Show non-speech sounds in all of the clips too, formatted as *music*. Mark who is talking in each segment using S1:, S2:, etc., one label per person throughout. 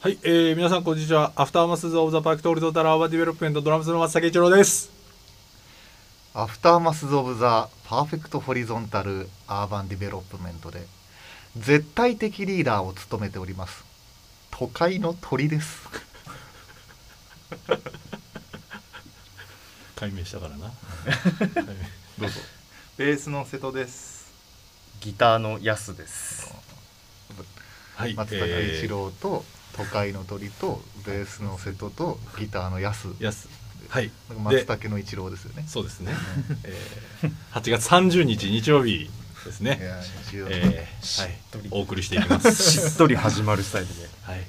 S1: はい、えー、皆さんこんにちは。アフターマスズ・オブ・ザ・パーク・トールド・ダラーバ・ディベロップメントドラムスの松崎一郎です。
S2: アフターマスズ・オブ・ザ・パーフェクト・ホリゾンタル・アーバン・ディベロップメントで絶対的リーダーを務めております。都会の鳥です。
S1: 解明した *laughs* からな。
S2: どうぞ。
S3: ベースの瀬戸です。
S4: ギターのヤスです。
S2: はい、松坂一郎と、都会の鳥とベースの瀬戸とギターのやす
S1: やすはい
S2: 松竹の一郎ですよね
S1: そう *laughs* ですね、えー、8月30日日曜日ですね、えー、はいお送りしていきます *laughs*
S4: しっとり始まるスタイルで
S1: はい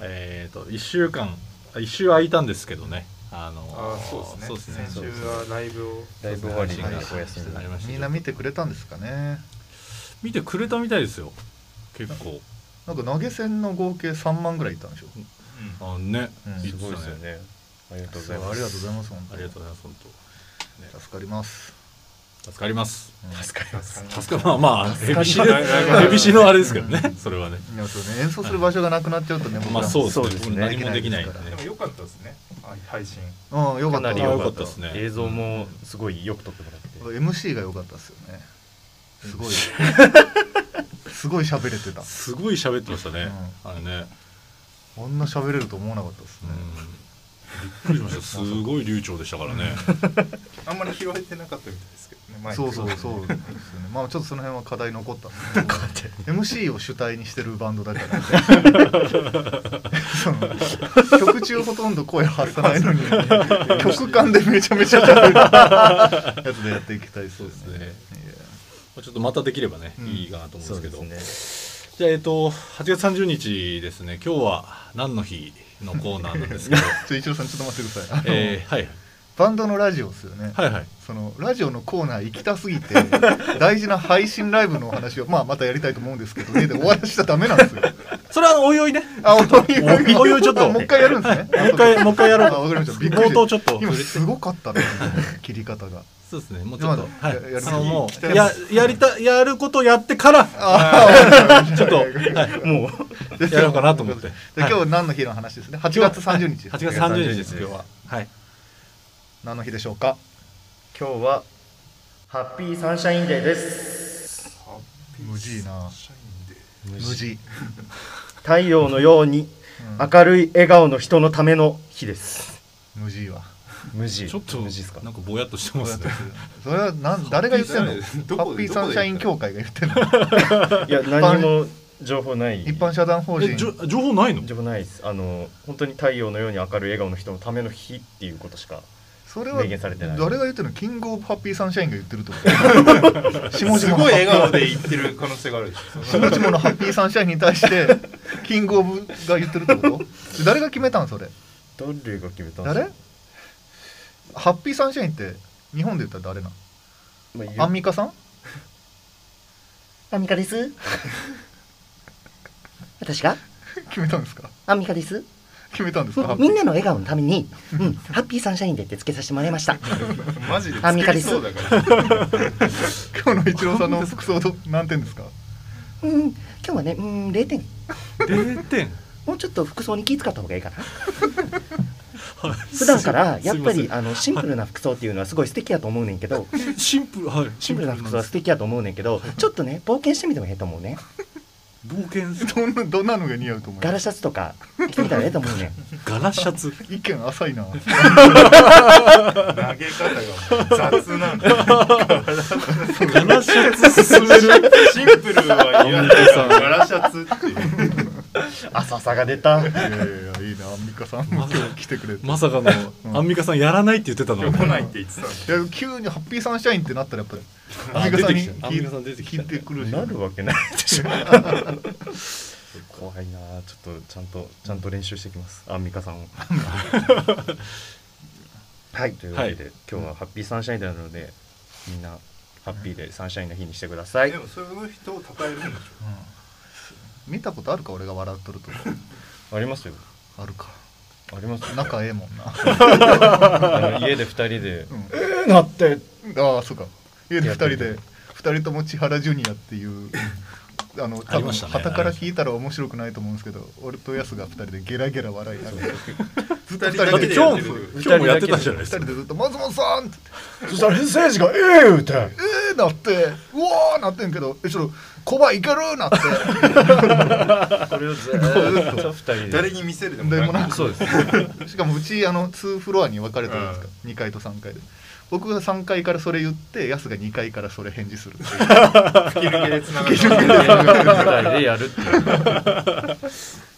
S1: えっ、と1週間1週空いたんですけどねあの
S3: あそうですね先週はライブを
S4: ライブ終わりがお休みになりま
S2: したみんな見てくれたんですかね
S1: 見てくれたみたいですよ結構
S2: なんか投げ銭の合計3万ぐらいいったんでしょ。
S1: うん、あね、
S4: すごいですよね。ありがとうございます。
S2: ありがとうございます。
S1: ありがとうございます。本
S2: 当。助かります。
S1: 助かります。
S4: 助かります。
S1: 助かまあまあヘビシヘビシのあれですけどね。それはね。
S2: いやそうね演奏する場所がなくなっちゃうとね、
S1: まあそうですね。何もできない。で
S3: も良かったですね。配信。
S2: うん良かった。。
S4: 良かったですね。映像もすごいよく撮ってもらって
S2: MC が良かったですよね。す *laughs* ごい。すごい喋れてた。
S1: すごい喋ってましたね。あれね。
S2: あんな喋れると思わなかったですね。
S1: びっくりしました。すごい流暢でしたからね。
S3: あんまり拾えてなかったみたいですけどね。
S2: そうそうそうですね。まあちょっとその辺は課題残った。MC を主体にしてるバンドだから。曲中ほとんど声発さないのに曲間でめちゃめちゃ喋る *laughs* やつでやっていきたいそうですね。
S1: ちょっとまたできればね、うん、いいかなと思うんですけど。ね、じゃあ、えっ、ー、と、8月30日ですね、今日は何の日のコーナーなん *laughs* ですけど。
S2: ちょ、一郎さん、ちょっと待ってください。
S1: えー、はい。
S2: バンドのラジオですよね。
S1: はいはい。
S2: そのラジオのコーナー行きたす
S1: *laughs*
S2: ぎて、大事な配信ライブのお話を、まあ、またやりたいと思うんですけど、家で終わらしちゃダメな
S1: *laughs*
S2: んですよ。
S1: それはおいおいね。
S2: あ、おいお
S1: い。おいおいちょっと。
S2: もう一回やるんですね。
S1: もう一回、もう一回やろう。
S2: わかりました。
S1: 冒頭ちょっと。
S2: 今すごかったね。切り方
S1: *laughs*
S2: が。
S1: そうですね。もうちょっと、はい、あのもうややりたやることやってから、ちょっと、はい、もうやろうかなと思って。
S2: 今日何の日の話ですね。8月30日。
S1: 8月30日です今日は。はい。
S2: 何の日でしょうか。
S4: 今日はハッピーサンシャインデーです。
S2: 無事な。無事。
S4: 太陽のように明るい笑顔の人のための日です。
S2: 無事は。
S4: 無地
S1: ちょっと無地ですかなんかぼやっとしてますね
S2: それはなん誰が言ってんのハッピーサンシャイン協会が言ってんの
S4: いや何も情報ない
S2: 一般社団法人
S1: 情報ないの
S4: 情報ないですあの本当に太陽のように明るい笑顔の人のための日っていうことしか
S2: それは誰が言ってるのキングオブハッピーサンシャインが言ってると *laughs*
S3: 思うすごい笑顔で言ってる可能性がある
S2: 下地のハッピーサンシャインに対してキングオブが言ってるってこと誰が決めたんそれ
S4: 誰が決めたん
S2: 誰ハッピーサンシャインって日本で言ったら誰なの、アンミカさん
S5: アンミカです
S4: *laughs*
S5: 私が
S2: 決めたんですか
S5: アンミカです
S2: 決めたんですか
S5: みんなの笑顔のために、うん、ハッピーサンシャインでってつけさせてもらいました
S3: マジで
S5: アンミカです
S2: 今日のイチローさんの服装と何点ですか
S5: うん今日はねうん0点
S1: 0点
S5: もうちょっと服装に気遣った方がい
S4: *laughs*
S5: いかな普段からやっぱりあのシンプルな服装っていうのはすごい素敵やと思うねんけど
S1: シンプルはい
S5: シンプルな服装は素敵やと思うねんけどちょっとね冒険してみてもええと思うね
S1: 冒険
S2: どんなどんなのが似合うと思う
S5: ガラシャツとか着てみたらええと思うねん
S1: ガラシャツ
S2: 意見浅 *laughs* いな投げ
S3: 方が雑なんだ
S1: ガラシャツ進める
S3: シンプルはいらないガラシャツっていう
S4: *laughs* 浅さが出た。
S2: いやいやいいなアンミカさんも今日来てくれ
S1: まさかの、アンミカさんやらないって言ってたの。
S3: 来ないって言ってた。
S2: いや急にハッピーサンシャインってなったらやっぱりアンミカさんに聞いてくる
S4: なるわけないでしょ。怖いなちょっとちゃんとちゃんと練習してきますアンミカさ *laughs* んを。はいというわけで、今日はハッピーサンシャインなのでみんなハッピーでサンシャインの日にしてください。
S3: でもそういう人を称えるんでしょ。
S2: 見たことあるか俺が笑っとると
S4: ありますよ
S2: あるか
S4: あります、
S2: 仲ええもんな
S4: 家で2人で、
S2: うん、えー、なってああそうか家で2人で2人とも千原ジュニアっていうあの
S1: あ
S2: 多
S1: りま
S2: 分
S1: したね
S2: 旗から聞いたら面白くないと思うんですけど俺とヤスが2人でゲラゲラ笑いながら
S3: 二人
S1: だ
S3: だ
S1: って
S3: けで
S1: 今
S3: やっ
S1: 日
S3: て
S1: も
S3: る
S1: 今日もやってたじゃないで
S2: 2
S1: す
S2: 人
S1: か
S2: でずっと「松本さん!」って
S4: そしたら先生が「ええ!」言う
S2: 「
S4: て
S2: えー!」なって「うわー!」なってんけど「えちょっとコバいける!」なって
S4: これをずーっと二人で
S3: 誰に見せるでも
S2: でもな
S3: な
S2: く
S3: く
S4: そうです
S2: しかもうちあの2フロアに分かれてるんですか、2階と3階で僕が3階からそれ言ってヤスが2階からそれ返事するっていう
S3: 吹 *laughs* き抜けでつながっ
S4: 二
S3: て
S4: 人でやるって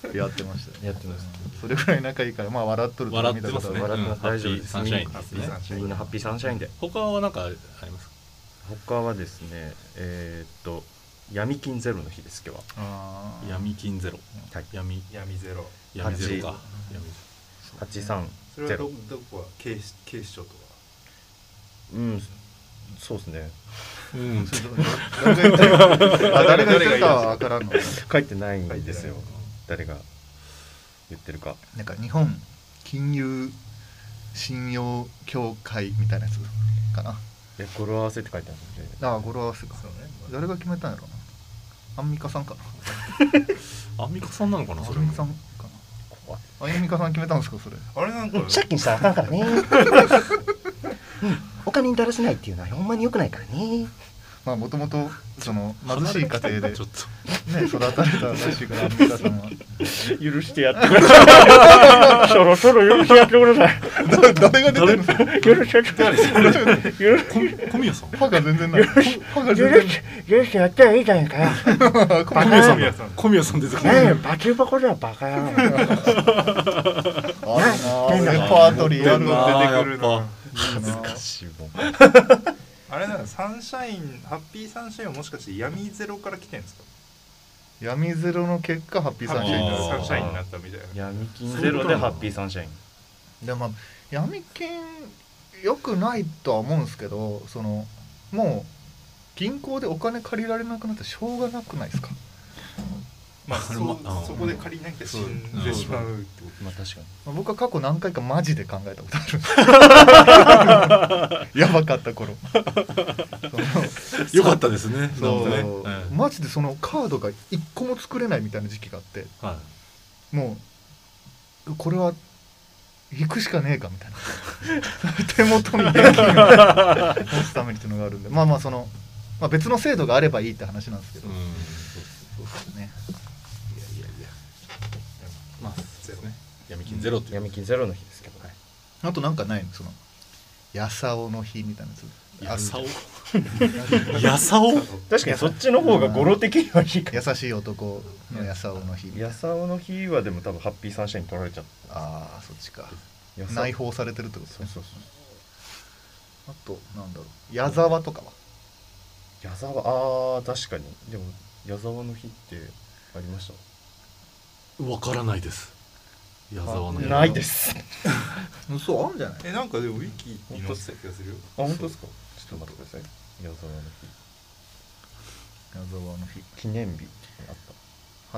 S4: いう
S2: やってましたね
S4: やってます
S2: それぐらい仲いいからまあ笑っとるとこ
S1: 笑
S2: 見
S1: ったて
S2: こ
S1: ま
S2: と
S1: すね。
S2: は笑
S4: 笑ってます
S1: ハッピ
S4: 大丈
S1: ー
S4: 夫です
S1: サンシャインです
S3: みん
S1: ね
S3: な。
S4: みんなハッピーサンシャインで
S1: 他はなんかありますか。
S4: 他はですねえーっと闇金ゼロの日です今日は
S2: あー
S1: 闇金ゼロ。
S4: はい
S1: 闇
S3: 闇ゼロ
S1: 闇ゼロか
S4: 八。
S1: 闇
S4: 八三
S3: それ
S4: ゼ
S3: はど
S4: ロ
S3: どこは警視警視庁とか
S4: うんそうですね
S1: ゼロうん。
S2: ちょっと誰が言ってるかあ誰が言ってるかは分からんの
S4: 書いてないんですよ誰が言ってるか
S2: なんか日本金融信用協会みたいなやつかない
S4: や語呂合わせって書いてあるんで
S2: ああ語呂合わせか
S3: そうね
S2: 誰が決めたんやろうなアンミカさんかな
S1: アンミカさんなのかなそれ
S2: ア
S1: も
S2: ンミ。カさんか
S4: 怖い
S2: なアンミカさん決めたんですかそれ
S3: あれなんか
S5: 借金したらあかんからね、うん、お金にだらしないっていうのはほんまに良くないからね
S2: まあもともとその貧しい家庭でね
S1: ちょっと。
S2: 育たれたらしいからアンミカさんは
S4: 許してや
S5: *laughs*
S4: ってくださいそろそろ許してやってください
S2: だ誰が出てるんですか
S4: 許してや
S5: *laughs*
S4: ってください許し
S1: こ小宮さん。
S2: 歯が全然ない歯が全然ない
S5: 許してやったらいいじゃないかよ
S2: 小宮
S1: 小宮
S2: さ
S1: さん
S2: ん
S3: 宮
S1: だ
S3: さん。
S1: 小宮さん出てくる。
S5: ねえバチバコだよバカ野郎
S2: あるなレ
S5: ね
S2: パートリーある
S1: な
S2: な
S1: あ
S3: 出てくるな
S1: やっぱ
S2: 恥ずか
S4: かしいもん
S3: あれなのサンシャインハッピーサンシャインはもしかして闇ゼロから来てんですか
S2: 闇ゼロの結果ハッピーサンシャイン
S1: あー
S3: サンシャインになったみたいな
S4: 闇金ゼロでハッピーサンシャイン
S2: でまあ闇金良くないとは思うんですけどそのもう銀行でお金借りられなくなってしょうがなくないですか
S3: まあそ
S1: それもあー
S3: そこで借りなきゃ死んでしまうってこ
S4: まあ確かに
S2: まあ僕は過去何回かマジで考えたことあ *laughs* るやばかった頃その
S1: よかったですね。
S2: そ
S1: な
S2: う、
S1: んかねうん
S2: マジでそのカードが一個も作れないみたいな時期があって
S1: は
S2: もうこれは行くしかねえかみたい *laughs* な手元に現金を持つためにっていうのがあるんでまあまあその、まあ、別の制度があればいいって話なんですけ
S1: い。
S2: ど、
S1: うん。
S2: そうですね
S3: といやいやいや
S1: まあそうですね。闇金ゼロっていう。
S4: 闇金ゼロの日ですけどね
S2: あとなんかないのその「やさおの日」みたいなや
S1: や
S2: つ
S1: さ
S2: あ
S1: お。やさお。
S4: 確かにそっちの方が語呂的にはいいか
S2: る優しい男のやさおの日みたいな
S4: やさおの日はでも多分ハッピーサンシャイン取られちゃっ
S2: ああそっちか
S4: たやさお
S2: 内包されてるってことです
S4: そう
S2: ね
S4: そうそう
S2: あとなんだろう矢沢とかは
S4: 矢沢あー確かにでも矢沢の日ってありました
S1: わからないです。矢沢の
S2: あ
S1: 日。
S2: ない
S4: すあ
S2: そうあるんじゃない
S3: えなんかでもウィキに載ってた気がするよ
S4: 本当ですかちょっと待ってください矢沢の
S2: 矢沢の日
S4: 日記念日ってあ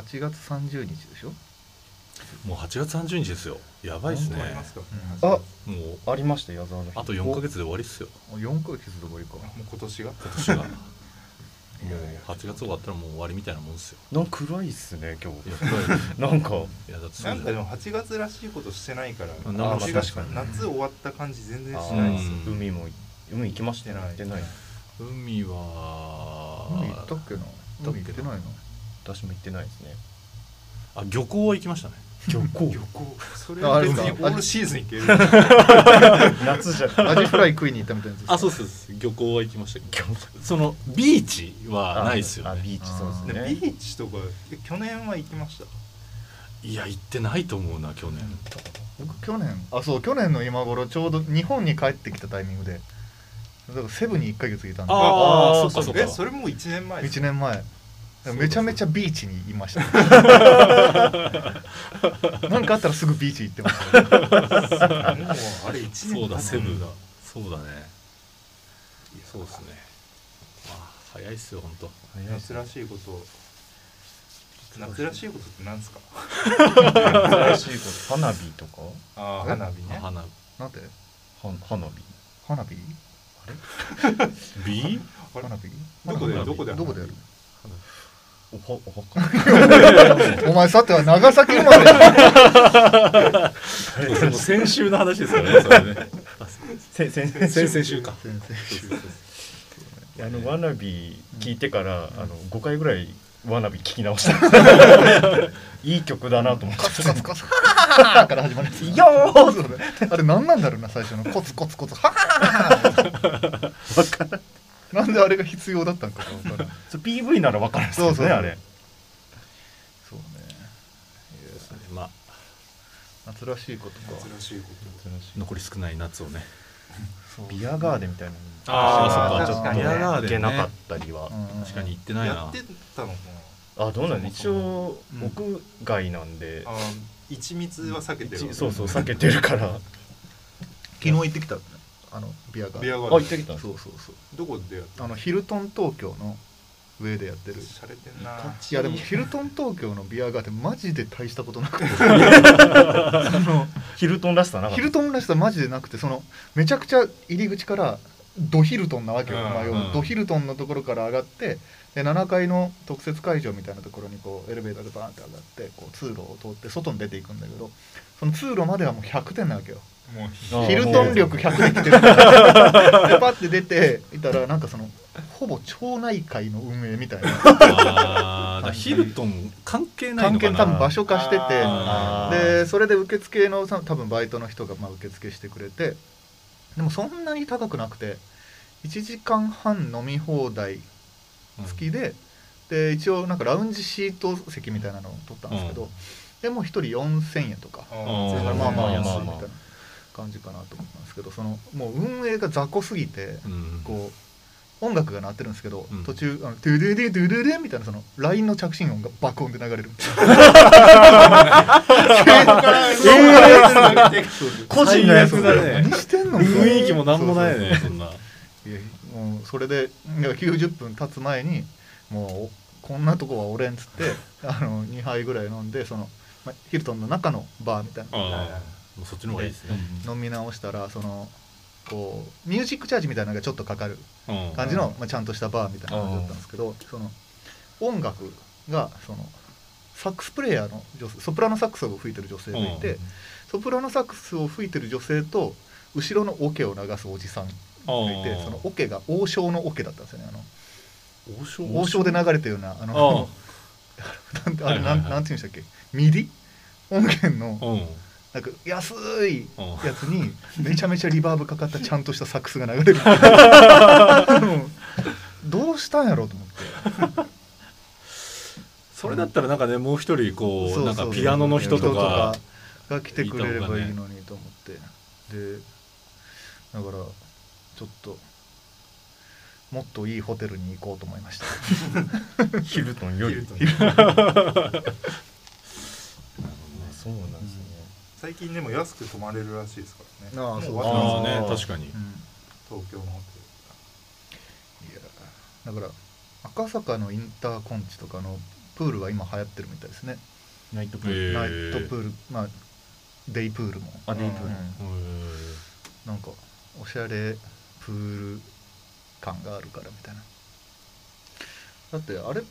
S4: っ
S2: 8月30日でしょ
S1: もう8月30日ですよ。やばいですね
S3: 本。当ありますか
S2: うん
S4: たあ
S1: もう
S4: ありました矢沢の日
S1: あと4ヶ月で終わりっすよ。
S2: 4ヶ月で終わりか
S3: もう今年が
S1: 今年が。もう8月終わったらもう終わりみたいなもんですよ。
S4: なんか暗いっすね今
S1: い
S4: 日
S1: や暗い
S4: *laughs* なんか
S1: いやだってそ
S3: な
S1: うんじゃ
S3: か
S1: な
S3: で
S1: い
S3: も8月らしいことしてないから
S1: あなん
S4: か
S3: 8月
S4: 確かに
S3: 夏終わった感じ全然し
S4: あ
S3: ないですよ
S1: うん
S4: ー海も海行きましたね
S3: 行
S4: 行
S3: っ
S4: ってて
S3: な
S4: ないい
S1: 海
S2: 海行っ
S1: は
S2: たっけな
S1: たっけな
S2: 海行ってないな
S4: 私も行ってないです *laughs* ね
S1: あ漁港は行きましたね。
S4: 漁港
S3: 旅行それ
S2: あ
S3: は
S2: れ
S3: 別
S2: ですか
S3: にオールシーズン行ける
S4: 夏じゃ *laughs*
S2: アジフライ食いに行ったみたいなやつですか
S1: あそうそうです漁港は行きましたけどそのビーチはないですよ
S4: あ
S1: ね
S4: ビーチそう
S3: で
S4: ですね
S3: ビーチとかえ去年は行きました
S1: いや行ってないと思うな去年
S2: 僕去年あそう去年の今頃ちょうど日本に帰ってきたタイミングでだからセブンに1ヶ月いたんで
S1: ああそ
S4: あー
S1: っかそっ
S3: え
S1: か
S3: それもう1年前
S2: 1年前
S1: そう
S2: めちゃめちゃビーチにいま *laughs* したなんかあったらすぐビーチ行ってました、ね、
S3: もうあれ1年
S1: そうだセ
S3: ブ
S1: ブだそうだねそうですねまあ早いっすよ本当
S4: 早いっす
S3: 夏らしいこと夏らしいことって何ですか
S4: 珍しいこと花火とか
S3: あー
S2: え
S3: 花火ね
S1: 花
S2: なんて
S4: は花火
S2: 花火
S1: ビー
S3: あれ
S2: 花火
S3: どこで
S1: 花火
S3: どこで
S2: どこでやる
S4: おほおほか
S2: お前さては長崎生まれ
S4: *laughs*
S1: その先週の話ですよ *laughs* ね。それね
S4: 先先
S1: 先々週か。
S4: あのわなび聞いてから、あの5回ぐらいわなび聞き直した *laughs* いい曲だなと思って
S2: カツカツカツハハハから始まるいやあれ何なんだろうな最初のコツコツコツハハハなんであれが必要だったのかが分からん
S4: そう PV ならわかるんですけどね
S2: そうそうそう
S4: あれ
S2: そうね
S1: まあ
S2: 夏らしいことか
S3: 珍しいこと
S1: 残り少ない夏をね。
S4: ビアガーデンみたいな
S2: あー
S4: ちょ
S2: そっ
S4: っ
S2: か
S4: と
S2: ビア
S1: ガーデンね
S4: 行けなかったりは、
S2: うん
S1: 確かに行ってない
S3: や
S1: な
S3: って。たのかな
S4: あどうなん一応
S2: うん
S4: 屋外なんで、
S3: あー一密は避けてるわ
S4: 一そうそう避けてるから
S2: 昨日行ってきたあのビアガー
S3: ビアガー
S4: あ
S3: デン
S4: 行ってきたんです
S2: そうそうそう
S3: どこでやって
S2: あのヒルトン東京の上でやってる
S3: しゃれてんない
S2: やでもヒルトン東京のビアガーデンマジで大したことな
S3: *laughs*
S2: くてあの
S4: ヒルトンらしさなかっ
S2: ヒ
S4: た
S2: ルトンらしさマジでなくてそのめちゃくちゃ入り口からドヒルトンなわけよ、
S3: うん
S2: まあ要
S1: う
S2: は
S1: ん
S2: ドヒルトンのところから上がってで7階の特設会場みたいなところにこうエレベーターでバーンって上がってこう通路を通って外に出ていくんだけどその通路まではもう100点なわけよ
S3: もう
S4: あー
S2: ヒルトン力
S4: も
S2: 100で来てるからでパッて出ていたらなんかそのほぼ町内会の運営みたいな
S1: あーだからヒルトン関係ない
S2: 関
S1: の
S2: 係
S1: か
S2: の
S1: な。
S2: 多分場所化してて
S1: あ
S4: ー
S2: でそれで受付のさ多分バイトの人がまあ受付してくれてでもそんなに高くなくて1時間半飲み放題付きで、で一応なんかラウンジシート席みたいなのを取ったんですけど、
S1: うん
S2: でもう1人4000円とか、
S1: ー
S2: だから
S1: うん
S2: まあまあ
S4: まあ
S2: 安
S4: ま
S2: い
S4: あ
S2: み
S4: ま
S2: た
S4: あ
S2: いな感じかなと思ったんですけどそのもう運営が雑魚すぎて、
S1: うん。
S2: こう音楽が鳴ってるんですけど、
S1: うん
S2: 途中あの「トゥドゥドゥドゥドゥドゥ」みたいなその LINE の着信音が爆音で流れる *laughs*
S1: 個人のやつだね
S2: 何してんの
S1: 雰囲気もなんもないね。そんな。
S2: いやもうそれでなんか90分経つ前にもうおこんなとこはおれんっつって *laughs* あの2杯ぐらい飲んでその、まあ、ヒルトンの中のバーみたいな
S1: ああ。もうそっちの方がいいですね。
S2: 飲み直したらそのこうミュージックチャージみたいなのがちょっとかかる
S1: うん。
S2: 感じの、まあ、ちゃんとしたバーみたいな感じだったんですけどその音楽がそのサックスプレイヤーの女性ソプラノサックスを吹いてる女性がいて、
S1: うん
S2: ソプラノサックスを吹いてる女性と後ろのオケを流すおじさんがいて
S1: あー
S2: そのオケが王将のオケだったんですよねあの
S1: 王将
S2: 王将で流れてるようなあ
S1: あ
S2: の *laughs* なんてあれ
S1: はは
S2: ない
S1: い
S2: ん
S1: はい
S2: なんて言うんでしたっけミディ音源の
S1: うん。
S2: なんか安いやつにめちゃめちゃリバーブかかったちゃんとしたサックスが流
S1: *laughs*
S2: れるうんどうしたんやろうと思って
S1: それだったらなんかねもう一人こ
S2: そうう
S1: なん
S2: そ
S1: か
S2: う
S1: ピアノの人とか
S2: 人とかが来てくれればいいのにと思って、でだからちょっともっといいホテルに行こうと思いました
S4: ヒルトンよ
S3: ヒ
S4: り
S3: ルトン
S4: あそうなんですね、
S3: 最近でも安く泊まれるらしいですからね
S2: ああ
S3: も
S2: そう
S3: 終わ
S1: あ
S3: っ
S1: あ
S3: て
S1: ね
S4: あー
S1: 確か
S2: *laughs*
S1: に
S2: うん
S3: ます東京のホ
S2: いやだから赤坂のインターコンチとかのプールは今流行ってるみたいですね、
S4: ナイトプ
S1: え
S4: ール
S1: ー
S2: ナイトプールまあデイプールも
S4: あデイプール
S2: うん
S1: うん
S2: なんかおしゃれプール感があるからみたいなだってあれ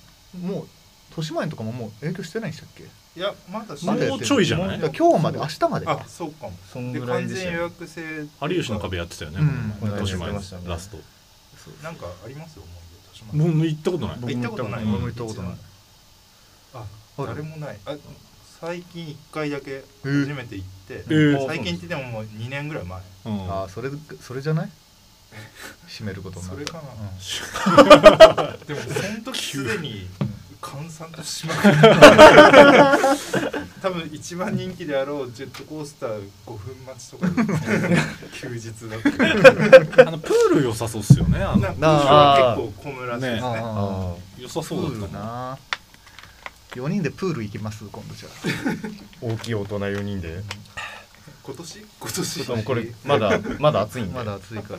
S2: もう豊島園とかももう影響してないんでしたっけ
S3: テルいやまだ
S2: まだや
S1: も
S2: っ
S1: う
S2: て
S1: ちょいじゃない
S2: だから今日まで明日まで
S3: あそうかも
S4: そん
S3: で
S4: ぐらい
S3: 完
S4: でした
S3: 全
S4: よ
S3: 予約制
S1: 有吉の壁やってたよね
S2: うん
S1: この前
S4: この
S1: 豊島
S4: 間
S1: 園
S4: やってましたね
S1: ラスト
S3: なんかあります思い出豊島
S1: もう行ったことない
S4: 僕
S3: 行ったことない
S1: 僕も
S2: 行ったことない
S3: あ
S2: ある
S3: 誰もないあ最近一回だけ
S2: ー
S3: 初めて行って
S1: ー
S3: 最近って言ってももう2年ぐらい前
S1: うん
S2: ああそれそれじゃない閉めることになる
S3: それかな
S2: うん
S3: でもその時す *laughs* でに閑散としまくってた多分一番人気であろうジェットコースター5分待ちとかで *laughs* 休日だった
S1: あのプール良さそうっすよねあ
S3: な
S1: の
S3: んか結構小村しいですね
S1: ね
S2: ああ
S1: 良さ
S2: プ
S1: そう
S2: ー
S1: だっ
S2: ル
S1: たな
S2: な4人でプール行きます今度じゃ
S4: 大きい大人4人で
S3: 今年今
S4: ちょ
S3: 年
S4: っともうこれまだまだ暑いん
S2: あ
S4: で
S2: まだ暑いか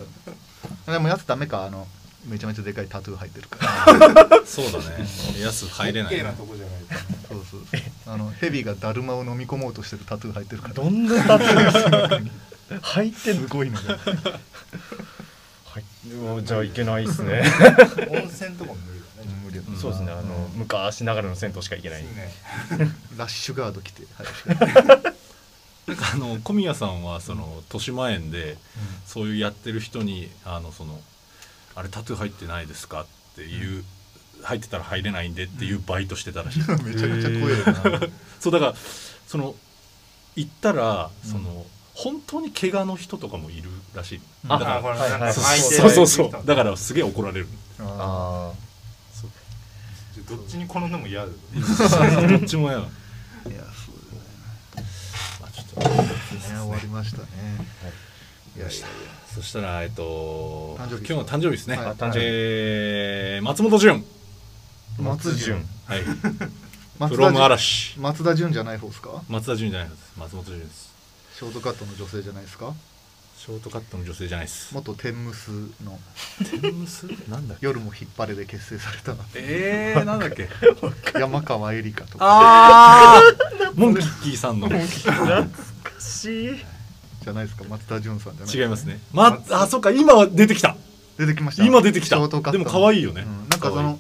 S2: らでもやつダメかあのめちゃめちゃでかいタトゥー入ってるから
S1: そうだねやす入れな
S3: オッケー
S1: い
S3: なとこじゃないか
S2: そうそうあのヘビがだるまを飲み込もうとしてるタトゥー入ってるから
S4: どんなタトゥー
S2: 入ってすごいのが
S4: はい、うわじゃあいけないですね。
S3: 温泉とかも無理だね
S2: 無理だ
S1: うんん
S4: そうですねあの、昔ながらの銭湯しか行けない、
S3: ね
S2: ラッシュガード来て、
S1: なんかあの小宮さんはその豊島園でそういうやってる人に「あのそのあれタトゥー入ってないですか?」っていう、入ってたら入れないんで」っていうバイトしてた
S2: *laughs*
S1: らしい、
S2: めちゃくちゃ怖えな、
S1: そうだからその行ったらその、本当に怪我の人とかもいるらしいだ
S3: あ
S1: か
S3: こ
S1: ら
S3: れなんか
S4: そう
S3: 巻いて
S1: そうそう
S4: そう
S3: 巻いてた
S1: だからすげえ怒られる
S2: あ
S4: あ
S3: どっちに転んでも嫌だよ
S1: どっちもや、ま
S2: ーいやそう
S1: あ、ちょっと
S2: だよね終わりましたね、い、やいや
S1: そしたらえっと
S2: 誕生日
S1: 今日の誕生日ですね、
S2: はい
S4: あ誕生日
S1: えー松本潤
S2: いや松潤
S1: はい
S2: 松
S1: フ
S2: 田
S1: ロム
S2: 潤
S1: 嵐
S2: 松田潤じゃない方ですか
S1: 松田純じゃないです松本潤です
S2: ショートカットの女性じゃないですか
S1: ショートカットの女性じゃないです
S2: 元天むすの
S1: 天むすなんだっ
S2: 夜も引っ張れで結成された
S1: えー、なんだっけ
S2: 山川絵里香とか
S1: *laughs* あ *laughs* あモンキッキーさんの違
S4: あ *laughs* し
S2: じゃないですか松田潤さんじゃない
S1: いますねまあそっか今出てきた
S2: 出てきました
S1: 今出てきた
S2: ショートカット
S1: で
S2: の
S1: も可愛いよね、
S2: うんなんかそ
S1: 可愛い
S2: の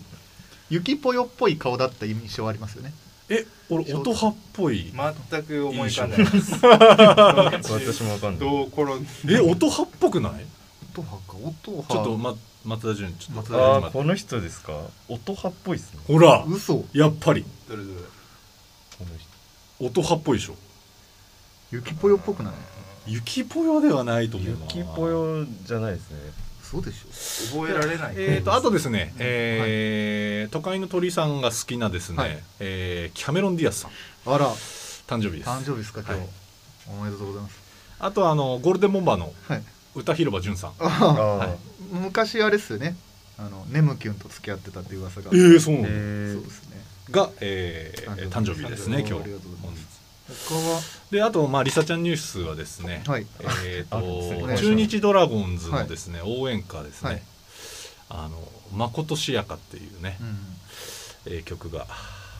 S2: 雪ぽよっぽい顔だった印象ありますよね
S1: え俺
S2: ショート
S1: 音派っぽい
S3: 全く思い浮かんでないです
S4: 私もわかんない
S3: どう転んで
S1: え音派っぽくない
S2: 音羽か音羽
S1: ちょっと、ま、松田純ちょっと
S2: 松田
S4: あ
S2: 潤
S4: ーこの人ですか音派っぽいですね
S1: ほら
S2: 嘘
S1: やっぱり
S3: どれどれ
S4: この人
S1: 音派っぽいでしょ
S2: 雪ぽよっぽくない
S1: 雪ぽよではないと思うな
S4: 雪ぽよじゃないですね
S2: そうでしょ
S3: 覚えられない
S1: えー、とあとですね、えー都会の鳥さんが好きなですね、
S2: はい
S1: えーキャメロン・ディアスさん
S2: あら
S1: 誕生日です
S2: 誕生日ですか今日、
S1: はい
S2: おめでとうございます
S1: あとはあのゴールデンボンバーの
S2: はい
S1: 歌広場淳さん
S4: あ
S2: あ
S4: ー、
S2: 昔あれっすよねあのネムキュンと付き合ってたって噂が、
S1: えー、そうな
S4: え
S1: の、
S2: そう
S4: ー
S2: ですね
S1: が、えー、
S2: 誕
S1: 誕
S2: 生
S1: 生
S2: 日
S1: 日ですね
S2: 誕
S1: 今
S2: 生日あ
S1: 日
S2: りがとうござ
S1: 本
S2: いま
S1: 日
S2: 他は
S1: であと、まあ、リサちゃんニュースはですね、
S2: はい
S1: え
S4: ああるんですねお
S1: ー、
S2: 願
S1: と
S2: いします
S1: 中日ドラゴンズのですね、応援歌ですね、
S2: はい
S1: あの誠しやかっていうね
S2: う、ん
S1: えー曲が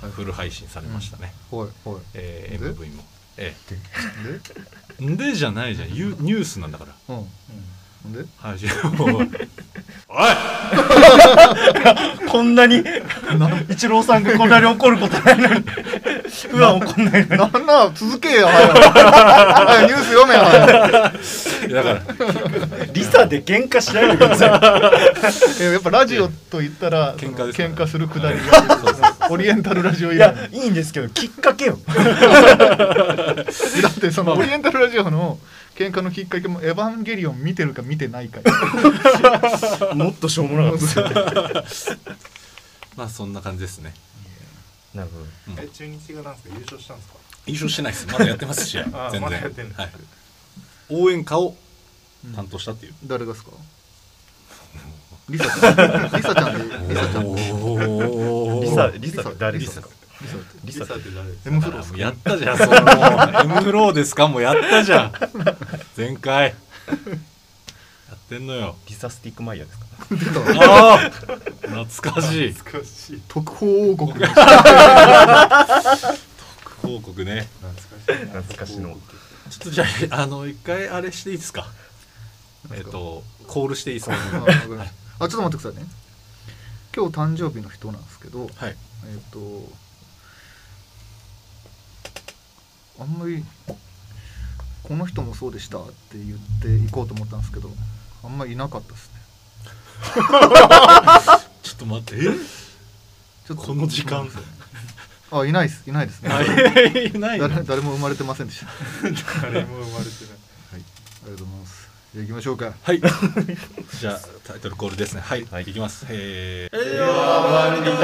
S2: い
S1: フル配信されましたね、
S2: はいは
S1: えー
S2: で
S1: MV もえ
S2: いで
S1: えでじゃないじゃんゆニュースなんだから
S2: うんほ
S1: *laughs*
S2: んで
S1: はい、じゃあもうおい
S4: こんなに *laughs* 一郎さんがこんなに怒ることないのに普段怒んないのに
S2: なんなら続けよ *laughs* 早く早くニュース読めよ早く
S1: いやだから
S4: *laughs* リサで喧嘩しないでください
S2: えやっぱラジオと言ったら
S1: 喧嘩です
S2: そ
S1: から
S2: の喧嘩するくだり
S1: は
S2: が、オリエンタルラジオ
S4: い
S2: 以
S4: や
S2: 来だ
S4: いいんですけどきっかけ
S2: っ
S4: よ
S2: てそのオリエンタルラジオの喧嘩のきっかけも「エヴァンゲリオン」見てるか見てないかに
S4: もっとしょうもなかったですよ
S1: まあそんな感じですね
S4: なるほど
S3: え中日がなんですか優勝したんですか
S1: 優勝してないですまだやってますし全
S3: あ
S1: 然
S3: まだやってんの
S1: はい、応援歌を担当したっていう、
S2: 誰がですかリサちゃんリサちゃんでリサちゃん
S1: おー
S4: リサリ
S2: リサ
S4: サって誰で
S1: リ
S4: す
S1: サ
S4: か
S3: リサって誰です
S2: エ
S3: か
S2: ムフ
S1: だから
S2: ロー
S1: もうやったじゃんそのもう M フローですかもうやったじゃ *laughs* ん前回やってんのよ
S4: リサスティックマイヤーですか
S1: ああ懐かしい
S3: 懐かしい
S2: 特報王国で
S1: 広告ね
S3: 懐
S4: 懐か
S3: かしい
S4: しの
S1: ちょっとじゃああの一回あれしていいですかえっとコールしていいですか
S2: あわかりましたあちょっと待ってくださいね今日誕生日の人なんですけど
S1: はい
S2: えっ、とあんまりこの人もそうでしたって言っていこうと思ったんですけどあんまりいなかったですね
S1: ちょっと待って
S2: ちょっと
S1: この時 *laughs* 間
S2: あいないですいないですね
S1: いない
S2: 誰誰も生まれてませんでしたあ
S3: *laughs* 誰も生まれてない
S2: りがとうございますじゃあ行きましょうか
S1: はいじゃあタイトルコールですねはい、い、きますえー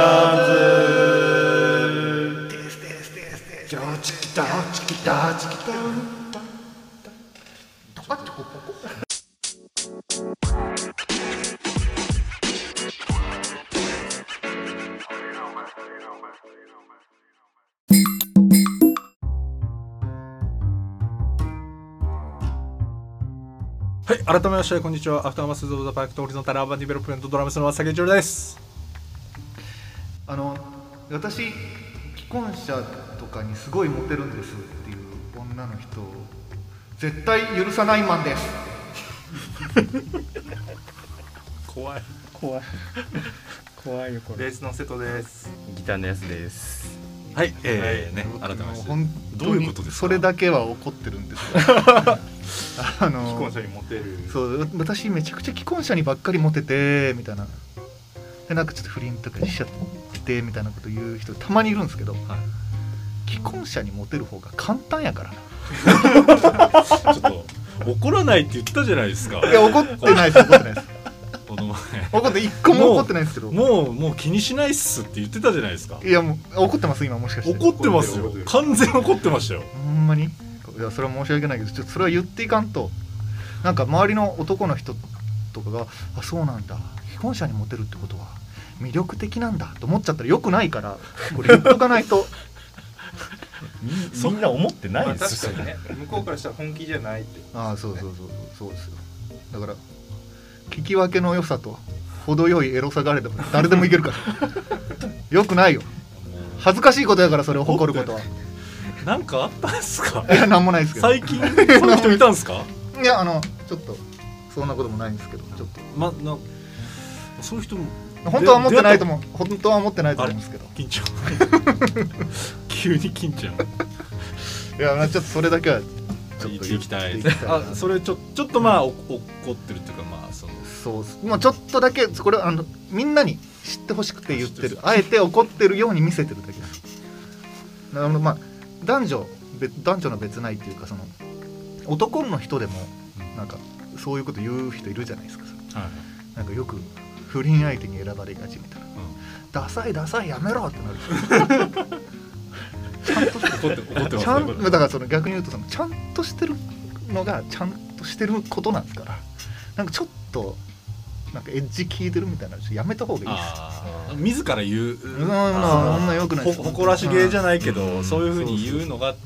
S1: はい改めましてこんにちはアフターマスズ・オブ・ザ・パークトホリゾンタル・アーバン・ディベロップメントドラムスの浅木一郎です
S2: あの私既婚者とかにすごいモテるんですっていう女の人を絶対許さないマンです
S1: 怖い
S4: 怖い怖いよこ
S3: ベ
S4: れ
S3: ースの瀬戸です
S4: ギターのやつです
S1: はい、えー、ね、改めまして。
S2: 本当
S1: どういう
S2: に
S1: ことですか
S2: それだけは怒ってるんですよ *laughs* あ
S3: 既
S2: の
S3: 婚者にモテる
S2: そう私めちゃくちゃ既婚者にばっかりモテてみたいなでなんかちょっと不倫とかしちゃってみたいなこと言う人たまにいるんですけど、既婚者にモテる方が簡単やから
S1: ちょっと怒らないって言ったじゃないですか。
S2: いや怒ってないです怒ってないです
S1: この前
S2: 怒って一個も怒ってないんですけど
S1: もうもう気にしないっすって言ってたじゃないですか。
S2: いやもう怒ってます今もしかして
S1: 怒ってます
S3: 怒っ
S1: よ
S3: てる。
S1: 完全に怒ってましたよ。
S2: ほんまにいやそれは申し訳ないけどちょっとそれは言っていかんとなんか周りの男の人とかが「あそうなんだ既婚者にモテるってことは魅力的なんだ」と思っちゃったらよくないからこれ言っとかな
S1: *laughs*
S2: いと
S4: みみんな思ってない
S3: まあ、
S4: です
S3: 確
S4: よ、
S3: かにね向こうからしたら本気じゃないって
S2: ああそうそうそうそうそうですよだから聞き分けの良さと程よいエロさがあれば誰でもいけるから
S1: *laughs*
S2: よくないよ恥ずかしいことやからそれを誇ることは
S1: なんかあったんです *laughs* か。
S2: いやなんもないですけど
S1: 最近この人いたんですか。
S2: いやあのちょっとそんなこともないんですけどちょっと
S1: まなそういう人も
S2: 本当は思ってないと思う本当は思ってないと思うんですけど
S1: 緊張。 *laughs* 急に緊張。
S2: いやまあちょっとそれだけはちょっ
S1: 言っ
S2: と
S1: て
S2: 言
S1: い
S2: っ
S1: きた
S2: て
S1: い
S2: いきたい。な
S1: あ、それちょちょっとまあお怒ってるっていうかまあその。
S2: そうっすまあちょっとだけこれはあのみんなに知ってほしくて言って *laughs*
S1: 知って
S2: るあえて怒ってるように見せてるだけですあのまあ男女別男女の別ないっていうかその男の人でもなんかそういうこと言う人いるじゃないですか
S1: はい。
S2: なんかよく不倫相手に選ばれがちみたいな、ダサいダサいやめろってなる *laughs* ちゃんと
S1: 怒って怒ってます
S2: ちゃ
S1: ねこれ
S2: んだからその逆に言うとそのちゃんとしてるのがちゃんとしてることなんですからなんかちょっとなんかエッジ効いてるみたいなのちょっとやめた方がいいです
S1: あー自ら言う、
S2: んまあそんな良くない
S1: ほ
S2: です
S1: 誇らしげじゃないけど、
S4: うん
S1: そういうふうに言うのがっ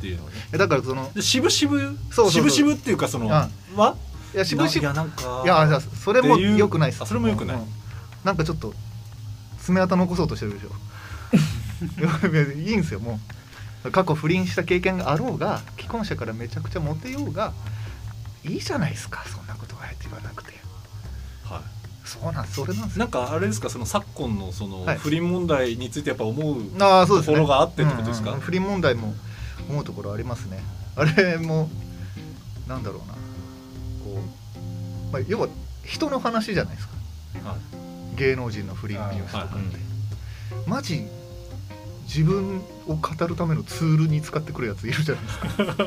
S1: ていうのね
S2: えだからその
S1: で渋々
S2: そうそうそう
S1: 渋々っていうかその
S2: うん
S1: は、
S2: いや渋々
S1: ないやなんか
S2: いやいやそれも
S1: っていう
S2: 良くないです
S1: あそれも良くない
S2: うんなんかちょっと爪痕残そうとしてるでしょいやいいんですよもう過去不倫した経験があろうが既婚者からめちゃくちゃモテようがいいじゃないですかそんなことはあえて言わなくて
S1: は
S2: そうなんそれなんです
S1: い、な
S2: よ
S1: んかあれですかその昨今のその
S2: はい
S1: 不倫問題についてやっぱ思う、
S2: ああそうですね
S1: ところがあってってことですか
S2: うんうん不倫問題も思うところありますねあれもなんだろうなこう、まあ、要は人の話じゃないですか
S1: は
S2: 芸能人の不倫のニュースとかって、
S1: あはい
S2: マジ自分を語るためのツールに使ってくるやついるじゃないですか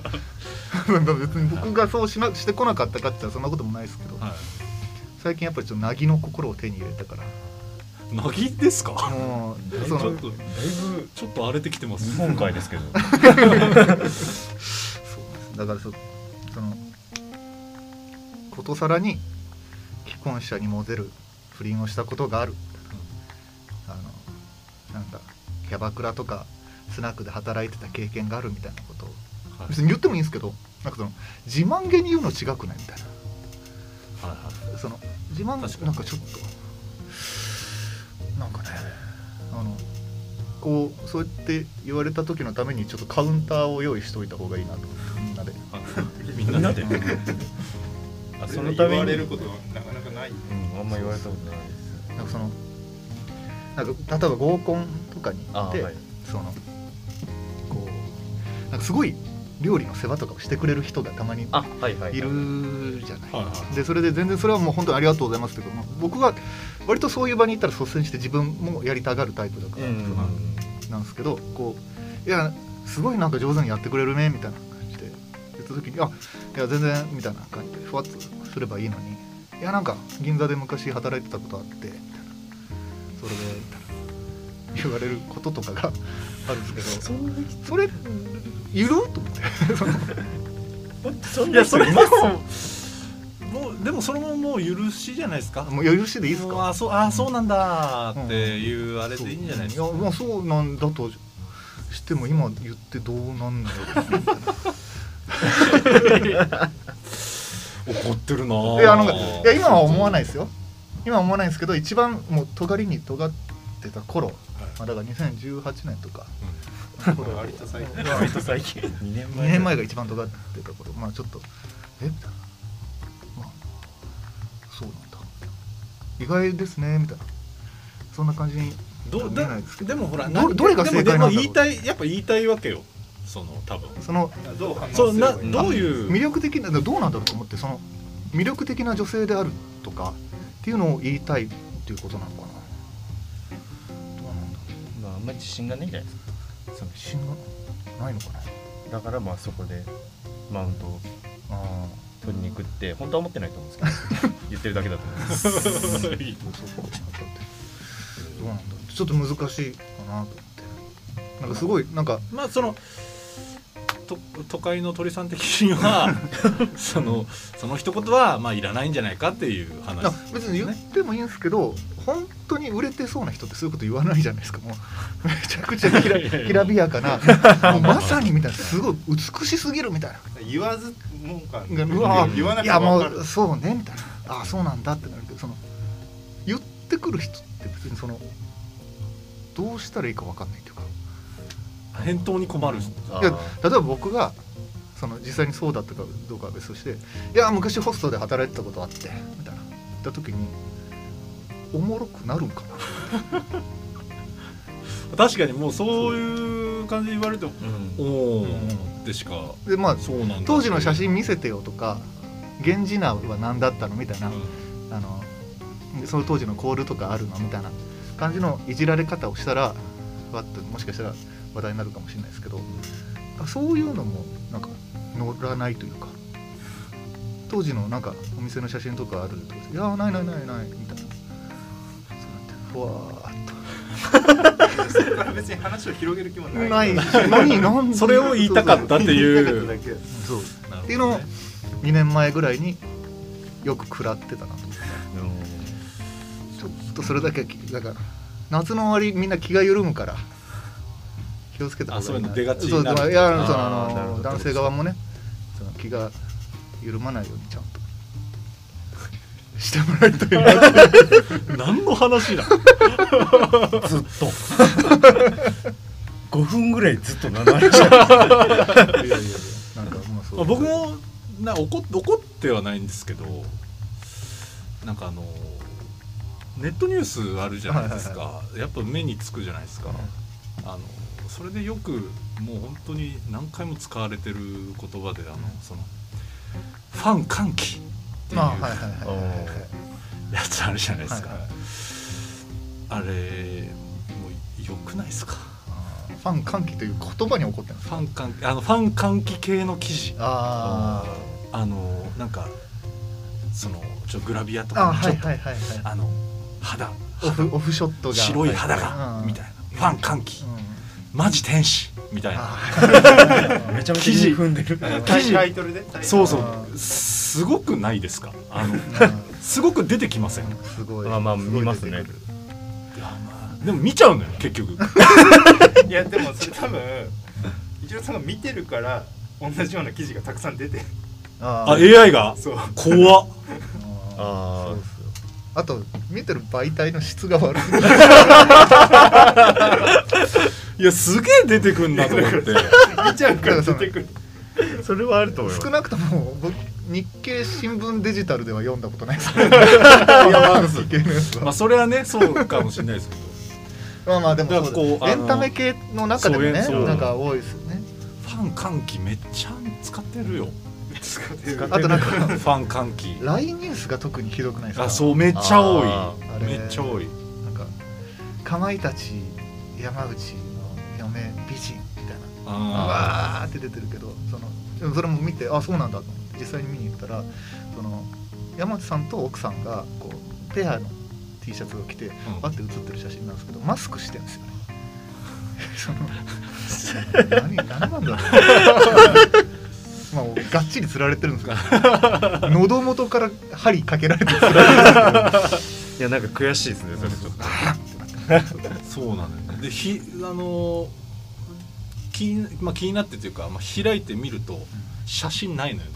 S2: *laughs* なんか別に僕がそうしなしてこなかったかって言ったらそんなこともないですけど
S1: いは
S2: 最近やっぱりちょっと凪の心を手に入れたから
S1: い、乃木ですか
S2: もう
S1: ち
S2: そ
S1: ょっ
S2: の
S1: と
S4: だいぶ
S1: ちょっと荒れてきてます
S4: 日本海
S3: *laughs*
S4: ですけど
S2: そうですだからそそのことさらに既婚者にモデル不倫をしたことがあるあのなんかキャバクラとかスナックで働いてた経験があるみたいなことを
S1: はい
S2: 別に言ってもいいんですけどなんかその自慢げに言うの違くないみたい
S1: はいはい
S2: なその自慢
S1: 確かに
S2: なんかちょっとなんかねあのこうそうやって言われた時のためにちょっとカウンターを用意しておいた方がいいなとみんなで。
S1: はいみん
S4: みん
S1: な
S4: な
S1: で
S4: で、あそ
S3: そ
S4: の
S3: の
S4: た
S3: た
S4: め
S3: め
S4: に
S3: 言われることはなかなかない
S4: うん、あんま言われたことないです
S2: なんかそのなんか例えば合コンとかに行って、
S4: あはい
S2: そのこうなんかすごい料理の世話とかをしてくれる人がたまに
S4: あはいはい
S2: いるじゃない。
S1: はいはい
S2: でそれで全然それはもう本当にありがとうございますけど、まあ僕は割とそういう場に行ったら率先して自分もやりたがるタイプだか
S4: う
S2: ら、
S4: んうん
S2: なんですけどこういやすごいなんか上手にやってくれるねみたいな感じで言った時に「あいや全然」みたいな感じでふわっとすればいいのに「いやなんか銀座で昔働いてたことあって」みたいな「それで」みたいな言われることとかがあるんですけどそれいると思って
S4: そん
S1: い
S4: な
S1: やそ
S4: 人
S1: れ
S4: い
S1: も
S4: ます
S1: もうでもそれももう許しじゃないですか
S2: 「もう許しでいいです
S1: もう
S2: か?
S1: あそうあそうなんだーっていうあ」れでいいんじゃないですか、
S2: やまあそうなんだとしても今言ってどうなんだろうみたいな
S1: 怒ってるなー
S2: いやなんかいや今は思わないですよ今は思わないんですけど一番もう尖りに尖ってた頃、まあ、だから2018年とか
S3: これ割と最近
S4: 割と最近2年
S2: 2年前が一番尖ってた頃まあちょっとえみたいなまあそうなんだ意外ですねみたいなそんな感じに
S1: ど
S2: 見え
S1: だ
S2: ないですけ
S1: でもほら
S2: ど
S1: なん
S2: どれが
S1: で
S2: 正
S1: も
S2: 解なんだろう
S1: でも言いたいやっぱ言いたいわけよその多分
S2: どその
S3: どう反応す
S1: そ
S3: れ
S1: う
S3: ば
S1: ない
S3: い
S1: どういう
S2: 魅力的などうなんだろうと思ってその魅力的な女性であるとかっていうのを言いたいっていうことなのかなどうなんだろ
S4: まあ、あんまり自信がないんじゃないです
S2: うその自信がないのかな
S4: かだからまあそこでマウントを
S2: あ
S4: 取りに行くって本当は思ってないと思うんですけ *laughs* ど言ってるだけだと思います
S2: ーそうかどうなんだろうちょっと難しいかなと思ってなんかすごいなんか
S1: まあそのと都会の鳥さん的に
S2: *laughs*
S1: はそのその一言はまあいらないんじゃないかっていう話
S2: な別に言ってもいいんですけど本当に売れてそうな人ってそういうこと言わないじゃないですかもうめちゃくちゃきら
S1: いやいやいや
S2: きらびやかなもうまさにみたいなすごい美しすぎるみたいな
S3: 言わずもんか
S2: うわ
S3: 言わ
S2: い
S3: なくて
S2: やも
S3: も分か
S2: う
S3: る
S2: そうねみたいなああそうなんだってなるけどその言ってくる人って別にそのどうしたらいいか分かんないというか
S1: 返答に困る
S4: あ
S2: いや
S4: ー
S2: 例えば僕がその実際にそうだったかどうかは別として「いや昔ホストで働いてたことあって」みたいな言った時におもろくなるんかな
S1: 確かにもうそういう感じで言われても
S4: うん
S1: おおってしか
S2: でまあ
S1: そうなんだ
S2: 当時の写真見せてよとか源氏名は何だったのみたいな、
S1: うん
S2: あのその当時のコールとかあるのみたいな感じのいじられ方をしたらわっともしかしたら話題になるかもしれないですけどそういうのもなんか乗らないというか当時のなんかお店の写真とかあるとかいやーないないないないみたいなそうやってふわ
S3: そこから別に話を広げる気も
S2: ーっと
S3: な
S2: ないい
S1: *laughs*
S2: 何何
S1: それを言いたかったっていう
S3: だけ
S2: そう
S1: なるほどね
S2: っていうのを2年前ぐらいによく食らってたなとちょっとそれだけだから夏の終わりみんな気が緩むから気をつけた方がいいな
S1: あそういうの出がちになる
S2: そういやその
S4: あ
S2: あ
S4: ー
S2: の
S4: なるほど
S2: 男性側もねその気が緩まないようにちゃんとしてもらいたいな
S1: 何の話だ
S4: ずっと5分ぐらいずっと並んじゃう
S2: なんかまあそう
S1: まあ僕もな怒っ怒ってはないんですけどなんかあのネットニュースあるじゃないですか、やっぱ目につくじゃないですか、あのそれでよくもう本当に何回も使われてる言葉であのそのファン歓喜っていう
S2: まあはいはいはいはいはい
S1: やつあるじゃないですか、
S2: はいはい
S1: あれもうよくないですか
S2: あーファン歓喜という言葉に怒ってます
S1: ファン歓喜あのファン歓喜系の記事
S2: あ
S1: あのなんかそのちょっとグラビアと
S2: ーあー
S1: かにち
S2: は
S1: ょ
S2: い
S1: っと
S2: はいはいはい
S1: あの肌
S2: オフオフショットが
S1: 白い肌
S2: は
S1: が
S2: い
S1: みたいなファン歓喜
S2: うん
S1: マジ天使みたいな
S2: あ
S4: めちゃめちゃ踏んでる
S1: 記事
S3: タイトルで
S1: そう
S3: う
S1: そうすごくないですかあ
S2: *laughs*
S1: の
S2: ーうん
S1: すごく出てきませんい
S2: すごい
S4: まあまあ
S2: ごい
S4: 見ますね
S2: 出てくる
S1: やまあでも見ちゃうのよ結局
S3: いやでもそれ多分一郎さんが見てるから同じような記事がたくさん出て
S2: あ
S1: あ AI が
S3: そう
S1: 怖っ
S4: あー
S2: そうですよあと見てる媒体の質が悪い
S1: いやすげえ出てくんなと思
S2: *laughs*
S1: って
S3: 見ちゃうから出てくる
S4: それはあると思います
S2: 少なくとも僕日経新聞デジタルでは読んだことないです日経のやつは
S1: まあそれはねそうかもしれないですけど
S2: まあまあでもそうです
S1: だからこう
S2: エ
S1: あの
S2: ンタメ系の中でもね
S1: そうそう
S2: なんか多いですよね
S1: ファン歓喜めっちゃ使ってるよ
S3: 使ってる
S2: あとなん
S1: フ
S2: か
S1: ァン歓喜
S2: LINE ニュースが特にひどくないですか
S1: あそうめっちゃ
S4: あ
S1: 多
S2: あ
S1: い
S2: れ
S1: めっちゃ多い
S2: なんかかまいたち山口の嫁美人みたいな
S1: あ
S2: わーって出てるけどそのでもそれも見てあそうなんだと思って実際に見に行ったらその山内さんと奥さんがこうペアの T シャツを着て
S1: ー
S2: バ
S1: うん
S2: ッて写ってる写真なんですけどマスクしてるんですよ
S1: *laughs*
S2: ねその何何なんだろうまあがっちり釣られてるんです
S1: *laughs*
S2: けど喉元から針かけられてる
S4: いやなんか悔しいですねそれちょっと
S1: そうなのよねでひあのー気にまあ、気になってというか、まあ、開いてみると写真ないのよ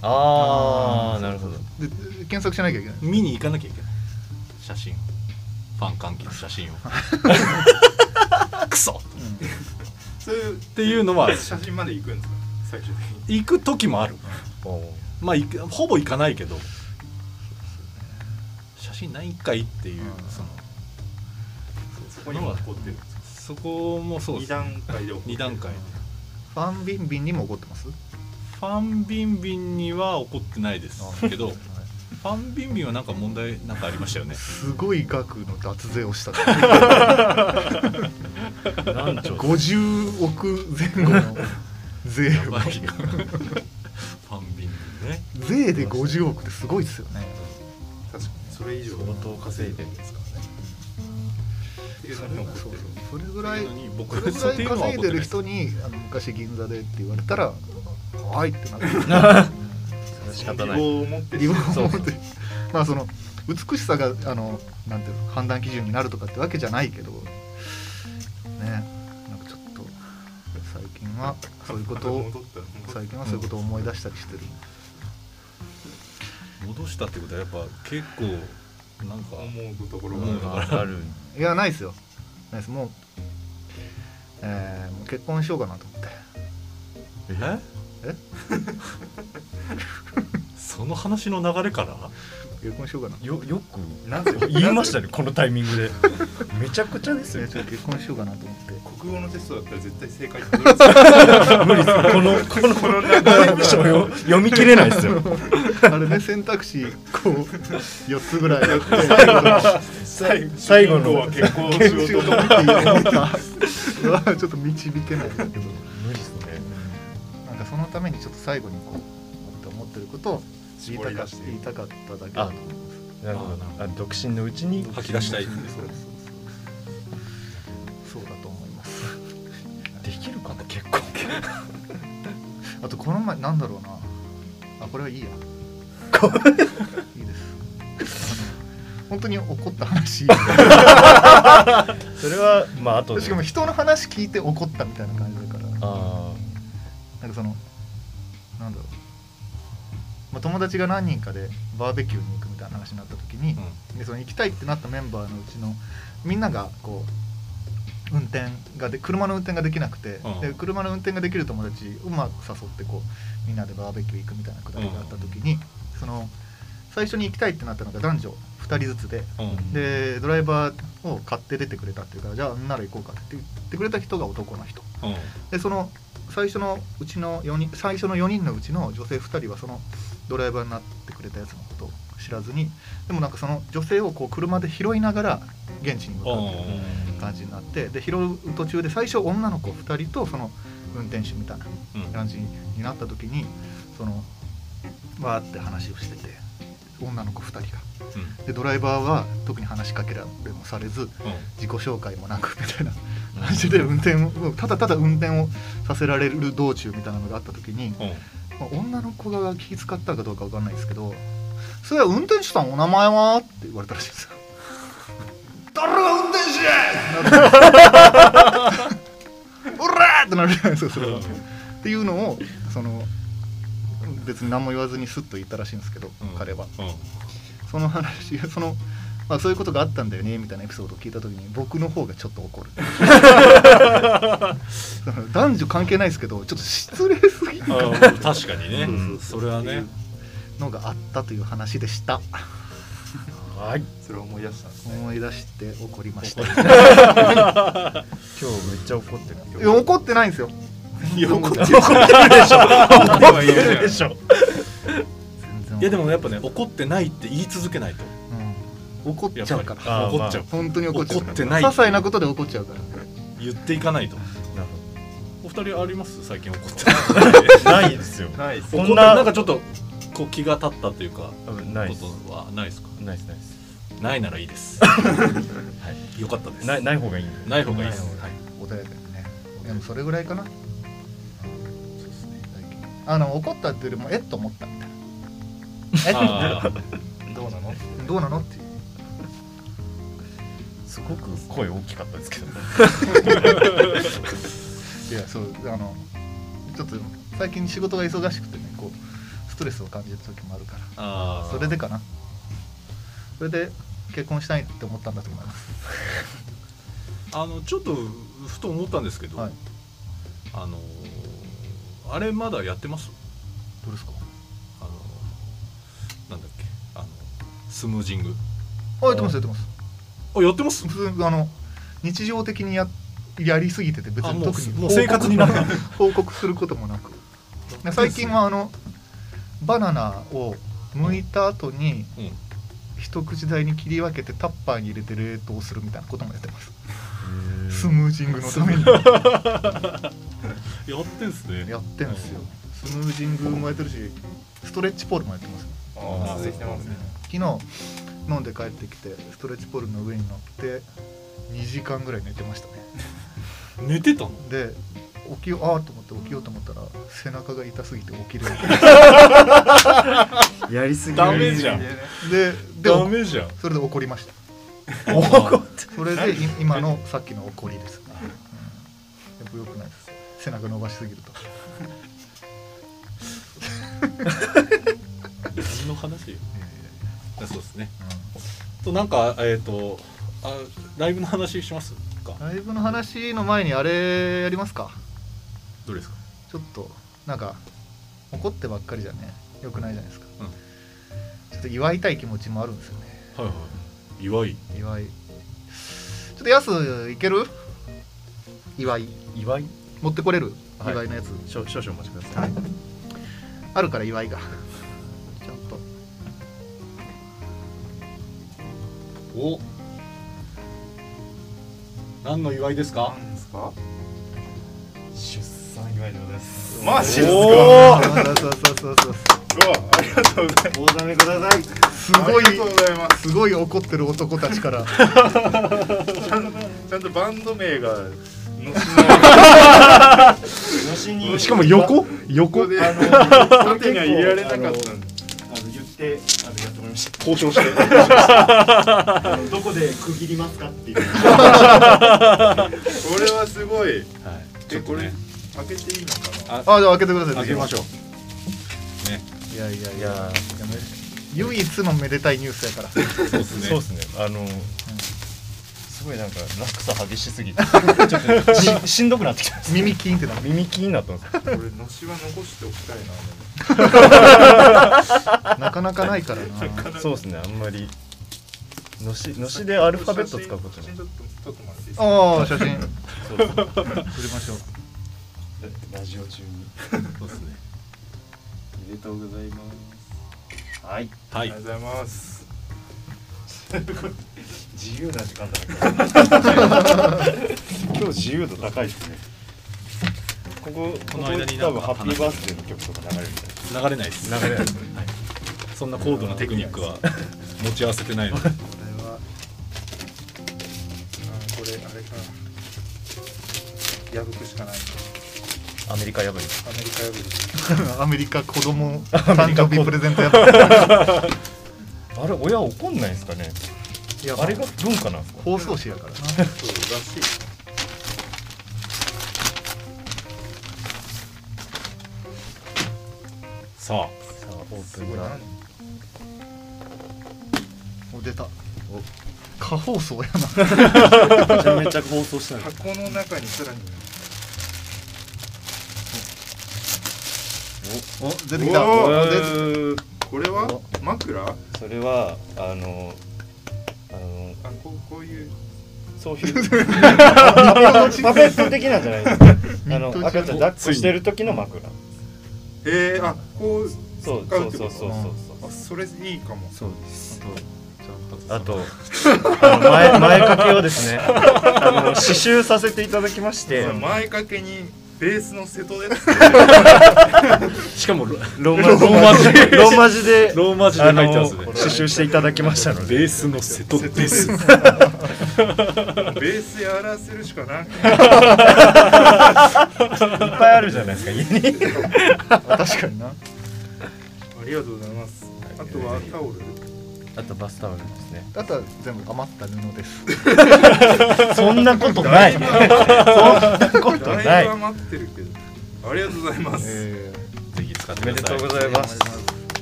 S4: ああなるほど
S2: で検索しなきゃいけない
S1: 見に行かなきゃいけない写真をファン関係の写真をクソっ
S3: そういう
S1: ていうのは
S3: 写真まで行くんですか最終的に
S1: 行く時もある
S4: おー
S1: まあ行くほぼ行かないけど写真ないんかいっていうその
S3: こにも残ってるんですか
S1: そこもそうで
S3: 二
S1: すね
S3: 段階で起こってる
S1: 二段階
S2: ファンビンビンにも怒ってます
S1: ファンビンビンには怒ってないですけどファンビンビンはなんか問題なんかありましたよ
S2: *laughs*
S1: ね
S2: すごい額の脱税をしたね
S4: なんちょ
S2: 50億前後の税
S1: や
S2: を
S1: ばい *laughs* ファンビンビンね
S2: 税で50億ってすごいですよね
S3: 確かにそれ以上
S4: 相当稼いでるんですか
S3: っていうのに
S2: そ
S3: 怒っ
S2: う
S3: てる
S2: それぐらい
S1: ってうのに
S2: そ
S1: 僕
S2: れぐ
S1: そう
S2: ら
S1: って
S2: いう
S1: のは
S2: 稼い
S1: 怒ってな
S2: でる
S1: です
S2: 人にあの昔銀座でって言われたら「はい」ってなって
S4: 仕
S3: 希
S4: 方ない
S3: 望を持って
S2: リボン
S3: そ
S2: を持ってまあその美しさがあのなんていうの判断基準になるとかってわけじゃないけどねなんかちょっと最近はそういうことを
S3: 戻った戻っ
S2: 最近はそういうことを思い出したりしてる、
S1: 戻したってことはやっぱ結構なんか
S3: た思うところがあ
S1: 思
S3: る
S1: うところ
S4: ある
S2: いやないですよないですもう,、えーもう結婚しようかなと思って
S1: え *laughs*
S2: え
S1: その話の流れから
S2: 結婚しようかな
S4: よよくなんて言いましたねこのタイミン *laughs* グでめちゃくちゃです
S2: い
S4: よ
S2: やちょっと結婚しようかなと思って
S3: 国語のテストだったら絶対正解取れるこ *laughs*
S4: 無理ですこのこのこの文章よ読み切れないですよ
S2: あれね選択肢こう4つぐらいやって最後の
S4: 最最後
S3: の
S4: の
S3: は結構しよ
S2: 研
S3: う
S2: 修
S3: と
S2: を
S3: 思
S2: と
S3: う
S2: 思って読ん *laughs* だちょっと導けないんだけど
S4: 無理ですね
S2: なんかそのためにちょっと最後にこうって思ってることを言い
S3: 絞
S2: た
S3: り
S2: か
S3: 出
S2: っ
S3: して
S2: 言いたかっただけだと思いま
S4: なるほどあ独身のうちに
S1: 吐き出したい
S2: すそうそうそうそうだと思います
S4: できるかな結婚
S2: あとこの前なんだろうなあこれはいいや
S4: こ
S2: いいですあの本当に怒った話し
S4: それはまああとで
S2: かも人の話聞いて怒ったみたいな感じだからなんか
S4: あ
S2: そのなんだろう、まあ、友達が何人かでバーベキューに行くみたいな話になった時に、でその行きたいってなったメンバーのうちのみんながこう運転がで車の運転ができなくて、
S1: うん
S2: で車の運転ができる友達うまく誘ってこうみんなでバーベキュー行くみたいなくだりがあった時に、その最初に行きたいってなったのが男女2人ずつで
S1: うんうん
S2: でドライバーを買って出てくれたっていうからじゃあなんなら行こうかって言ってくれた人が男の人
S1: うん
S2: でその最初のうちの4人最初の4人のうちの女性2人はそのドライバーになってくれたやつのことを知らずにでもなんかその女性をこう車で拾いながら現地に向かってる感じになってで拾う途中で最初女の子2人とその運転手みたいな
S1: うんうん
S2: 感じになった時にそのわーって話をしてて女の子2人がでドライバーは特に話しかけられもされず自己紹介もなくみたいな感じ *laughs* で運転をただただ運転をさせられる道中みたいなのがあった時に、
S1: うんうん
S2: まあ女の子が気遣ったかどうかわかんないですけど「それは運転手さんお名前は?」って言われたらしいんですよ。 *laughs* 誰が運転手や *laughs* ってなるおらーってなるじゃないですかそれは。っていうのをその別に何も言わずにスッと言ったらしいんですけど、
S1: うん
S2: 彼は。
S1: うん
S2: その話 *laughs* その、まあ、そういうことがあったんだよねみたいなエピソードを聞いた時に僕の方がちょっと
S1: *laughs*
S2: 怒るその男女関係ないですけどちょっと失礼すぎる
S1: あー確かにね、
S4: うん
S1: それはね
S2: のがあったという話でした
S4: あはい
S3: それを思い出したんですね
S2: 思い出して怒りましたい
S4: 今日めっちゃ怒ってる
S2: や怒ってないんですよ怒って
S4: 怒ってるでしょ
S2: 全然怒ってない
S1: いやでもやっぱね怒ってないって言い続けないと
S2: うん怒っ
S1: やっ
S2: ちゃ
S1: ぱ
S2: う
S1: り
S2: から
S4: あー
S1: 怒っちゃう、
S2: 本当に怒っちゃう
S1: 怒ってない
S2: 些細なことで怒っちゃうから
S1: 言っていかないと
S4: なる
S1: お二人あります最近怒 *laughs* ってない
S4: ほどないですよ
S3: ないです
S1: 怒
S4: こ
S1: って
S4: ん
S1: な
S4: なん
S1: かちょっとこう気が立ったというか
S4: 多分ない
S1: こ
S4: です
S1: とはないですか
S4: ないですないです
S1: ないならいいです
S2: *laughs*
S1: よかったです
S4: ないない方がいいんで
S1: ない方がいいです、
S2: な
S1: はい
S2: 穏やかにねでもそれぐらいかな最近あの怒ったっていうよりもえっと思ったみたいな
S1: *laughs* あー
S3: どうなの
S2: どうなのっていう
S4: すごく声大きかったですけど
S2: いやそうあのちょっと最近仕事が忙しくてねこうストレスを感じる時もあるから *laughs*
S1: あー
S2: それでかなそれで結婚したいって思ったんだと思います
S1: あのちょっとふと思ったんですけど、
S2: はい
S1: あのあれまだやってます
S2: どうですか
S1: あのなんだっけあのスムージング
S2: あやってますやってます
S1: あやってます
S2: 普通にあの日常的にややりすぎてて別
S1: あ
S2: に
S1: も
S2: 特
S1: う
S2: に
S1: もう生活になる
S2: 報告 *laughs* することも *laughs* なくで最近はあのバナナを剥いた後に
S1: うん
S2: 一口大に切り分けてタッパーに入れて冷凍するみたいなこともやってますスムージングのた *laughs* めに
S1: やってんすね
S2: やってんですよスムージングもやってるしストレッチポールもやってます
S3: ああ、続いてますね。
S2: 昨日飲んで帰ってきてストレッチポールの上に乗って2時間ぐらい寝てましたね
S1: 寝てたの
S2: で起きようああと思って起きようと思ったら背中が痛すぎて
S1: *laughs*
S2: 起きれない
S5: *laughs*
S4: やりすぎ
S1: ダメじゃん
S2: でで
S1: ダメ
S2: *laughs*
S1: じゃん
S2: それで怒
S1: *laughs*
S2: りました
S1: あ
S2: それでい今のさっきの怒りです、ねうん、やっぱ良くないです背中伸ばしすぎると
S1: 何の話よそうですねとなんかえっ、とあライブの話しますか
S2: ライブの話の前にあれやりますか
S1: どれですか
S2: ちょっとなんか怒ってばっかりじゃね良くないじゃないですか、
S1: うん
S2: ちょっと祝いたい気持ちもあるんですよね
S1: はいはい祝い
S2: 祝いちょっとやすいける祝い
S4: 祝い
S2: 持ってこれる、
S4: はい
S2: 祝いのやつ
S4: 少少々お待ちください
S2: あるから祝いがちゃんと
S1: お何の祝いですか
S3: 何ですか。
S4: 出産祝いでございます
S3: マジですか。
S1: お
S3: う
S1: ー
S2: あそうそうそうそうそう
S3: わありがとうございます。
S4: お納めください
S2: すごい
S3: ありがとうございます。
S2: すごい怒ってる男たちから
S3: ちゃんちゃんとバンド名が載せない。 *laughs*
S4: しかも横
S3: ここ
S4: 横
S3: で縦には入れられなかったんで。
S6: あの言ってあのやってもらいました
S4: 交渉して
S6: あのどこで区切りますかっていう
S3: これはすごい。
S1: はいち
S3: え
S1: ょっ
S3: ことれ
S1: ね
S3: 開けていいのかな。
S2: あじゃあ開けてください
S1: 開けましょう
S2: いやいやい
S4: い
S2: や
S4: や
S2: 唯一のめでたいニュースやから
S1: そうですね
S4: そうですねあのすごいなんか落差激しす *laughs* ぎてちょっとししんどくなってきた
S2: 耳キーンってなる
S4: 耳気になったんですよ
S3: これのしは残しておきたいな。
S2: なかなかないからな
S4: そうですねあんまりのしのしでアルファベット使うこと
S3: 写
S4: ない
S3: 真ちょっと撮ってもらっていいですか。
S2: ああ写真撮りましょう
S6: ラジオ中に
S1: そうですね
S6: おめでとうございますはい
S1: は
S3: あり
S1: い
S3: がとうございます。
S6: 自由な時間だな今日自由度高いですねここ
S1: こ
S6: こ
S1: の
S6: の
S1: 間
S6: 間
S1: に
S6: に
S1: な
S6: 多
S1: んか
S6: 分ハッピーバースデーの曲とか流れるみたいです
S1: 流れないです
S4: 流れない
S1: そんな高度なテクニックは持ち合わせてないので
S3: これは。あーこれあれか。破くしかない。
S4: アメリカ破り
S3: アメリカ破り。
S2: アメリカ子供誕生日プレゼントやった
S4: あれ親怒んないですかね
S2: いや
S4: あれが文化なんですか
S2: 放送紙やから
S3: *laughs*
S2: な
S3: そうらしい。
S1: さ
S4: さあオー
S3: す
S4: プ
S3: ご
S4: ン
S3: いな
S4: だ。
S2: お出た過放送やな
S6: めちゃめちゃ放送したんです
S3: 箱の中にさらに。
S2: お出てきた
S3: お
S2: お出て
S4: ー
S3: これは枕？あ
S4: それはあのあの
S3: こうこういう。
S4: そういう
S6: *laughs*
S4: パペット的なんじゃないですかあの
S2: ミッド
S4: 赤ちゃん抱っこしてる時の枕
S3: えー、あこう
S4: そう
S3: 使
S4: そう
S3: って
S4: そ
S3: こ
S4: う
S3: と
S4: そうそう
S3: あそれいいかも。
S4: そうですあとあの *laughs* 前前掛けをですねあの刺繍させていただきまして
S3: そう前掛けにベースの瀬戸です。
S1: あしかもロ
S4: ローマ字ローマ字で
S1: ローマ字で書
S4: あ
S1: いて
S4: の
S1: ます
S4: 刺
S1: ね
S4: 繍していただきましたの
S1: ベ
S4: で
S1: ースの瀬戸です
S3: ベースやらせるしかない。
S4: いっぱいあるじゃないですか家に
S2: 確かにな
S3: ありがとうございます。あとはタオル。
S4: あとバスタオルですね
S2: あとは全部余った布です
S4: そんなことないそんなことな
S3: だい
S4: い
S3: ぶ余ってるけど。ありがとうございます。
S2: え
S1: ぜひ使っ
S4: お
S1: て
S4: め
S1: く
S4: で
S1: ださ
S4: と
S1: いう
S4: ございます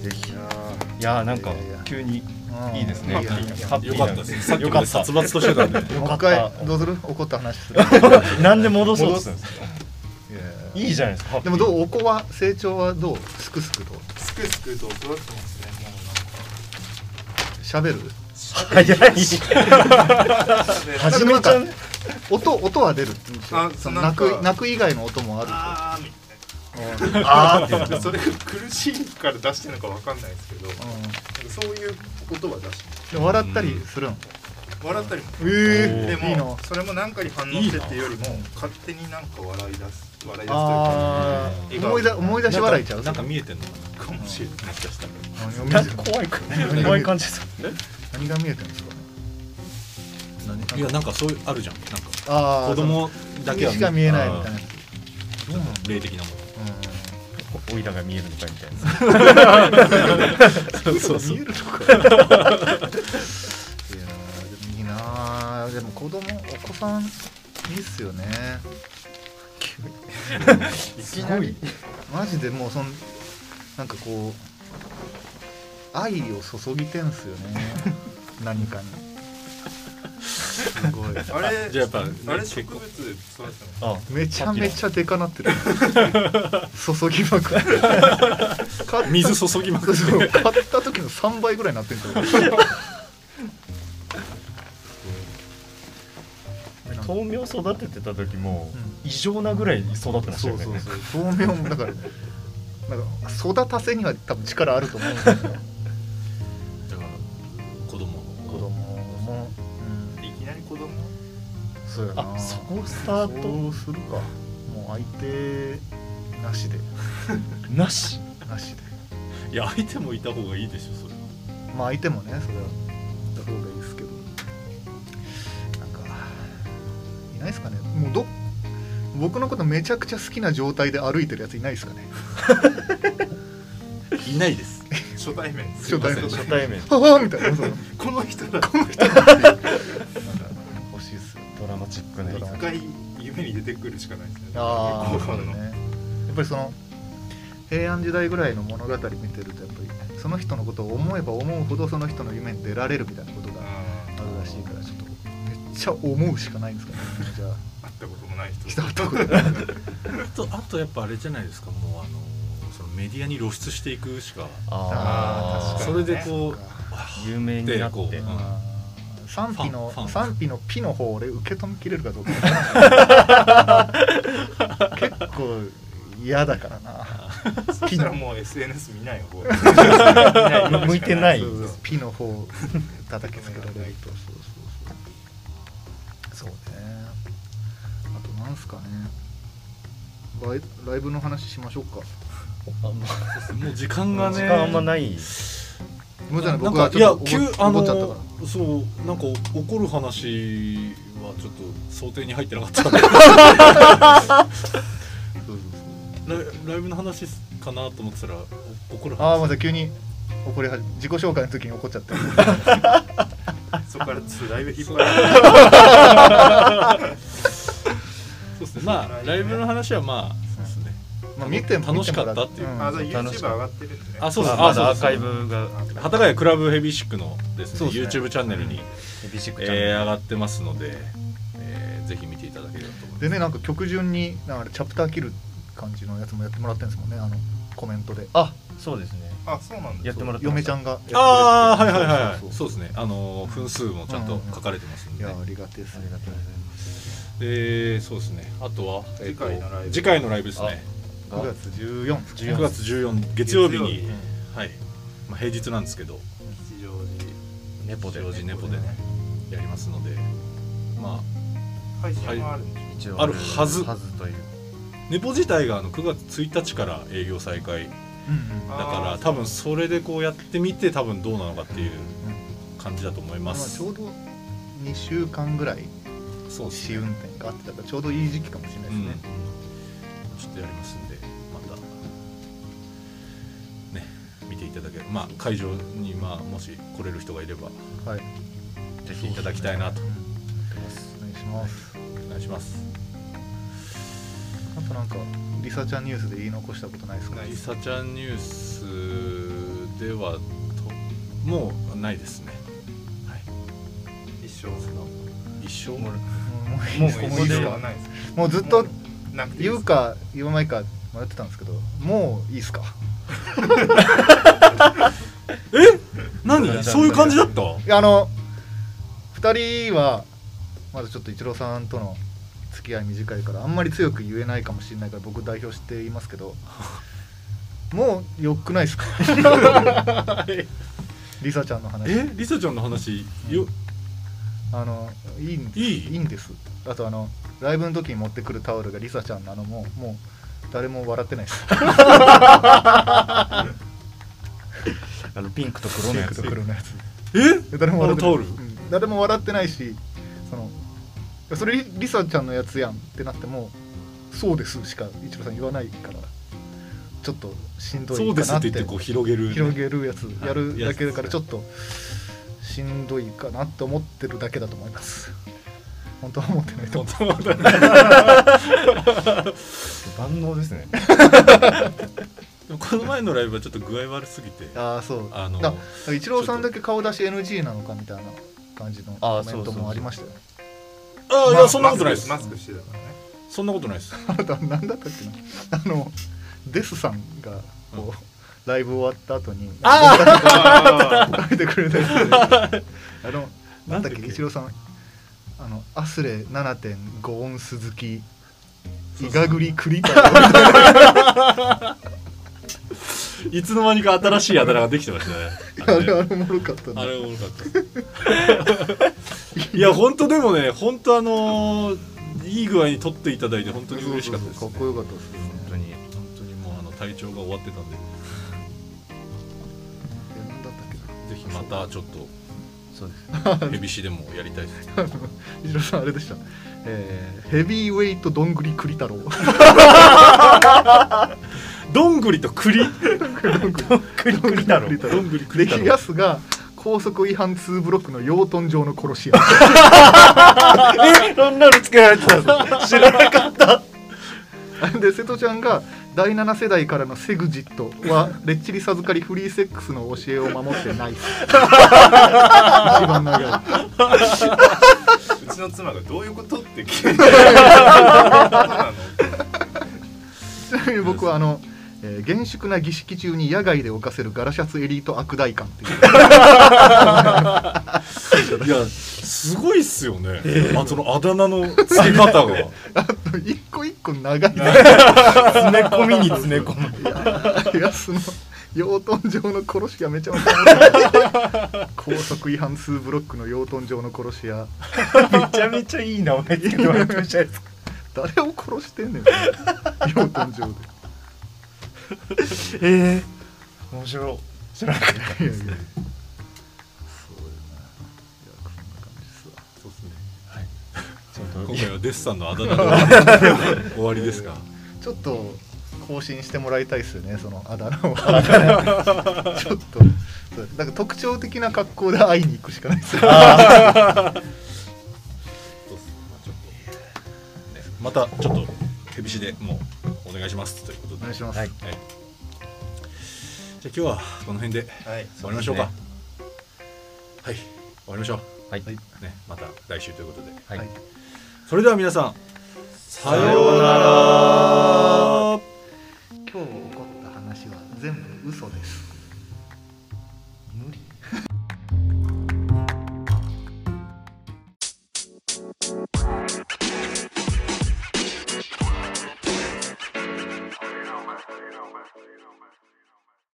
S4: ぜひ
S3: いや
S4: いやーなんか
S2: いやいや
S4: 急に
S2: え
S4: いいですね
S2: うんいやいやいや
S4: ハッピ
S1: よ
S4: ー
S1: か
S4: な
S1: った
S4: ん
S1: ですさっき
S4: よ
S1: ま
S4: か
S1: で
S4: っ
S1: 殺伐としてたんでね
S2: もう一回どうする怒った話する
S4: たなんで戻そうとしたんですか
S2: いやいやいや
S4: いいじゃないですか
S2: でもど
S4: う
S2: うお子は成長はどうすくすくと
S3: すくすくと育ってますね。も
S2: 喋る
S4: 早い
S3: うなんか。
S4: 始めちゃう
S2: 音音は出るって言うんですよ
S3: あ
S2: そ
S3: そう
S2: の
S3: なん
S2: 泣
S3: か
S2: く泣く以外の音もあ
S3: あーみ
S2: るとあーって言って
S3: たいなそれが苦しいから出してるのかわかんないですけどなんか
S2: う
S3: そういう音は出して
S2: ん
S3: る
S2: で笑ったりするん
S3: 笑ったりも
S2: え
S3: で
S2: でもいいな
S3: もそれも何かに反応してっていうよりも勝手になんか笑い出す笑い出すというか
S2: あ
S3: う
S2: ー
S3: ん
S2: 思い出思い出し笑いちゃ
S1: *laughs*
S2: う
S1: なんか見えてんのか
S3: かもしれない
S2: 何が
S4: な
S2: 見えてんの
S4: 怖いか
S2: 何
S4: 怖い感じです
S2: 何が見えてるんですか
S1: ないやなんかそういうあるじゃんなんか
S2: あー
S1: 子供だけは
S2: にしか見えないみた
S1: あ
S2: いな
S1: ーちょっと霊的なも
S4: おいらが見えるのかみたいな
S1: のそうそう
S2: 見えるのかいやーでもいいなーでも子供お子さんいいっすよね
S3: すごい
S2: マジでもうそのなんかこう愛を注ぎてんすよね
S1: *laughs*
S2: 何かにすごい
S3: あれ
S1: じゃあやっぱね
S3: あれ植物そうですよね
S4: あ
S2: めちゃめちゃでか
S1: *laughs*
S2: なってる注ぎまくって買っ
S1: 水注ぎまくって
S2: そう買った時の3倍ぐらいになってるから
S4: 豆苗育ててた時も異常なぐらい育ってました
S2: そ
S4: よ
S2: う
S4: ね
S2: そうそう豆苗もだからなんか育たせには多分力あると思うんですよ
S1: だから子供
S2: 子供も、うん、
S3: いきなり子供
S2: そうやな
S4: あそこスター
S2: そうするかもう相手なしで
S4: トなし
S2: なしで
S1: いや相手もいた方がいいでしょそれ
S2: まあ相手もねそれは行った方がいいですけどなんかいないですかねもうど僕のことめちゃくちゃ好きな状態で歩いてるやついないですかね
S1: いないです
S3: 初対面
S2: 初対面
S3: すいま
S4: 初対面
S2: はあみたいなそうなんか
S3: せんこの人だ
S2: 欲しいっすよ
S4: ドラマチックな
S2: ド
S4: や
S2: ラ
S4: つ
S2: マ
S3: 一回夢に出てくるしかないですね
S2: あ
S3: 後
S2: あ
S3: 半の
S2: ねやっぱりその平安時代ぐらいの物語見てるとやっぱりその人のことを思えば思うほどその人の夢に出られるみたいなことが
S3: あ
S2: あるらしいからちょっとめっちゃ思うしかないんですかねじゃあ
S3: ー会ったこともない人
S2: 来たことない
S1: あとあとやっぱあれじゃないですかもうあのそのメディアに露出していくしか
S3: あー確
S1: そ
S3: か
S1: れでこう
S4: 有名にな
S1: で
S4: って
S1: こ
S2: うん賛否の
S1: ファンファン
S2: 賛否のピの方を俺受け止めきれるかどうか結構嫌だからな
S3: そしたらもう SNS 見ない方が
S4: む向いてない
S3: そう
S2: そう
S3: そう
S2: そうピの方を叩きつけられるとそうそうそうそうねあとなんすかねライライブの話しましょうか
S4: あも
S1: もう時間が
S4: う
S1: ね
S4: 時間あんまない
S2: ごめんな
S1: な
S2: さいね
S1: ん
S2: 僕
S1: か
S2: はいち
S1: や
S2: ょっと
S1: 急
S2: 怒っ
S1: あ
S2: 怒っちゃったか
S1: の
S2: ら
S1: そうなんか怒る話はちょっと想定に入ってなかっ
S2: *laughs*
S1: たんで
S2: そうそう
S1: ライライブの話かなと思ってたらお怒る
S2: そうああま
S1: 話
S2: た急に怒りはじ自己紹介の時に怒っちゃ
S1: *laughs*
S2: って
S3: そこからちょっとライブ引っ張られて
S1: そうですねまあライブの話はまあそうですね
S2: まあ見ても
S1: 楽しかったっていう
S3: あじゃあ
S2: ん
S3: YouTube 上がってるんでね
S1: あそうです
S4: まだ
S1: あ
S4: アー
S1: そう
S4: カ
S1: で
S4: イ
S1: す
S4: ブが
S1: 幡ヶ谷クラブヘビーシックのです
S2: そ
S1: ね
S2: うですね
S1: YouTube チャンネルに、
S4: ヘビシックちゃん
S1: えー上がってますので、えーぜひ見ていただければと思います
S2: でねなんか曲順になんかあれチャプター切る感じのやつもやってもらってるんですもんねあのコメントで
S4: あそうですね
S3: あそうなんだ
S4: やってもらってま
S2: 嫁
S4: した
S2: ちゃんがやってくれて
S1: ああはいはいはいそう
S2: そ
S1: う
S2: そう
S1: ですねあのー分数もちゃんと書かれてますん
S2: い
S1: で、
S2: やありがてえです
S4: ありがとうございます
S1: でそうですねあとは、えーと
S3: 次回のライブ
S1: 次回のライブですね
S2: 9月14日
S1: 9月14月曜日にはい、まあ、平日なんですけど
S3: 吉祥寺
S4: ネポで
S1: 吉祥寺ネポでねやりますのでまあ
S3: 配信もあるんでし
S4: 一応
S1: あるはず
S4: はずという
S1: ネポ自体があの9月1日から営業再開だ
S2: うん
S3: ょ
S1: から
S3: あー
S1: 多分それでこうやってみて多分どうなのかっていう感じだと思い
S2: まあ
S1: ま
S2: ち
S1: す、
S2: ょうど2週間ぐらい
S1: そうです
S2: 試
S1: ね
S2: 運転があってたからちょうどいい時期かもしれないですね、
S1: うん、ちょっとやりますんでまたね見ていただけるまあ会場にまあもし来れる人がいれば
S2: はい
S1: ぜひいただきたいなと
S2: お願いします
S1: お願いします
S2: あとなんかリサちゃんニュースで言い残したことないですか
S1: りさちゃんニュースではともうないですねはい
S3: 一生
S1: その一生
S2: もう
S4: もう
S2: も
S4: こ
S2: う
S4: こ
S2: いい
S4: で
S2: です
S3: は
S2: か
S3: ないです
S2: もうずっと
S3: なくていい
S2: 言う
S3: です
S2: か言わないか迷ってたんですけどもういいですか
S1: *laughs* 何そういう感じだった *laughs*
S2: いやあの2人はまだちょっとイチローさんとの付き合い短いからあんまり強く言えないかもしれないから僕代表していますけ
S4: *laughs*
S2: どもうよくないですか *laughs* リサちゃんの話
S1: えリサちゃんの話よ
S2: あのいいんです
S1: いい
S2: んですあとあのライブの時に持ってくるタオルがリサちゃんなのももう誰も笑ってないです
S4: *laughs* あのピンクと黒のやつ
S2: 黒のやつ
S1: え
S2: 誰も笑
S1: あ
S2: ってない
S1: のタオル
S2: うん誰も笑ってないしそのいやそれリリサちゃんのやつやんってなってもそうですしかイチローさん言わないからちょっとしんどいか
S1: そ
S2: な
S1: う
S2: って
S1: ですって言ってこう広げる、
S2: 広げるやつやるだけだから
S1: やつ
S2: ちょっとしんどいかなと思ってるだけだと思います本当は思ってないと思う
S1: 本当だ
S4: 万能ですね
S1: でもこの前のライブはちょっと具合悪すぎて
S2: ああそう
S1: あの
S2: だからイチローさんだけ顔出し NG なのかみたいな感じの
S4: あー
S2: コメント
S4: そうそうそう
S2: もありましたよね
S1: あいやそんなことないです
S3: マスクしてたからね
S1: そんなことないです
S2: あ *laughs* なた何だったっけなあのデスさんが
S1: うん
S2: こうライブ終わった後にああ書いてくれたやつであ *laughs* のなんだっけイチローさんあのアスレ7.5音鈴木イガグリクリタ
S1: いつの間にか新しいあだ名ができてま
S2: *laughs*
S1: したね
S2: あれあれおもろかった
S1: あ
S2: な
S1: れおもろかった。いや、本当でもね、本当あのーいい具合に撮っていただいて、本当に嬉しかったです、ね。
S2: そうそうそうかっこよかったですね
S1: 本当に、本当にもう、あの、体調が終わってたんで、
S2: いやなんだったっけな
S1: ぜひまたちょっと、
S4: そうです
S1: ヘビシでもやりたいです。
S2: イチローさんあれでした、えーヘビーウェイトどんぐり栗太郎
S1: どんぐりと栗。
S4: クリクリだろ
S2: 栗太郎
S1: どんぐり栗
S2: で
S1: 太郎
S2: ヤスが高速違反2ブロックの養豚場の殺し
S4: *laughs*
S2: 屋
S4: そんなのつけられてた知らなかっ
S2: で瀬戸ちゃんが第7世代からのセグジットはれっちり授かりフリーセックスの教えを守ってないっす一番長い
S3: うちの妻がどういうことって聞いてどういうことなの
S2: ちなみに僕はあの、えー厳粛な儀式中に野外で犯せるガラシャツエリート悪大官っていう
S1: いや、すごいっすよね。あ、そのあだ名の付け方が。
S2: 一個一個長い
S4: た詰め込みに詰め込む
S2: やつの養豚場の殺し屋めちゃめちゃ面白い高速違反数ブロックの養豚場の殺し屋
S4: めちゃめちゃいい名前つけてもらってましたですか
S2: 誰を殺してんねん養豚場で
S4: ええ面白い知らなかった
S2: いやいやそうよないやそんな感じ
S1: そうですね。*laughs* 今回はデッ
S2: ですわ
S4: ちょっと
S1: サンのあだ名で *laughs* 終わりですか。
S2: ちょっと更新してもらいたいですよねそのあだ名を *laughs* ちょっとそうなんか特徴的な格好で会いに行くしかないですよ
S1: そうっすねまあちょっとねまたちょっと手びしでもうお願いしますということ
S2: お
S1: で、
S2: 願いします、
S4: はい
S1: はいじゃあ今日はこの辺で
S3: はい
S1: 終わりましょうかはい終わりましょう
S4: はい
S1: ねまた来週ということで
S4: はい
S2: はい
S1: それでは皆さんさようなら
S2: 今日起こった話は全部嘘です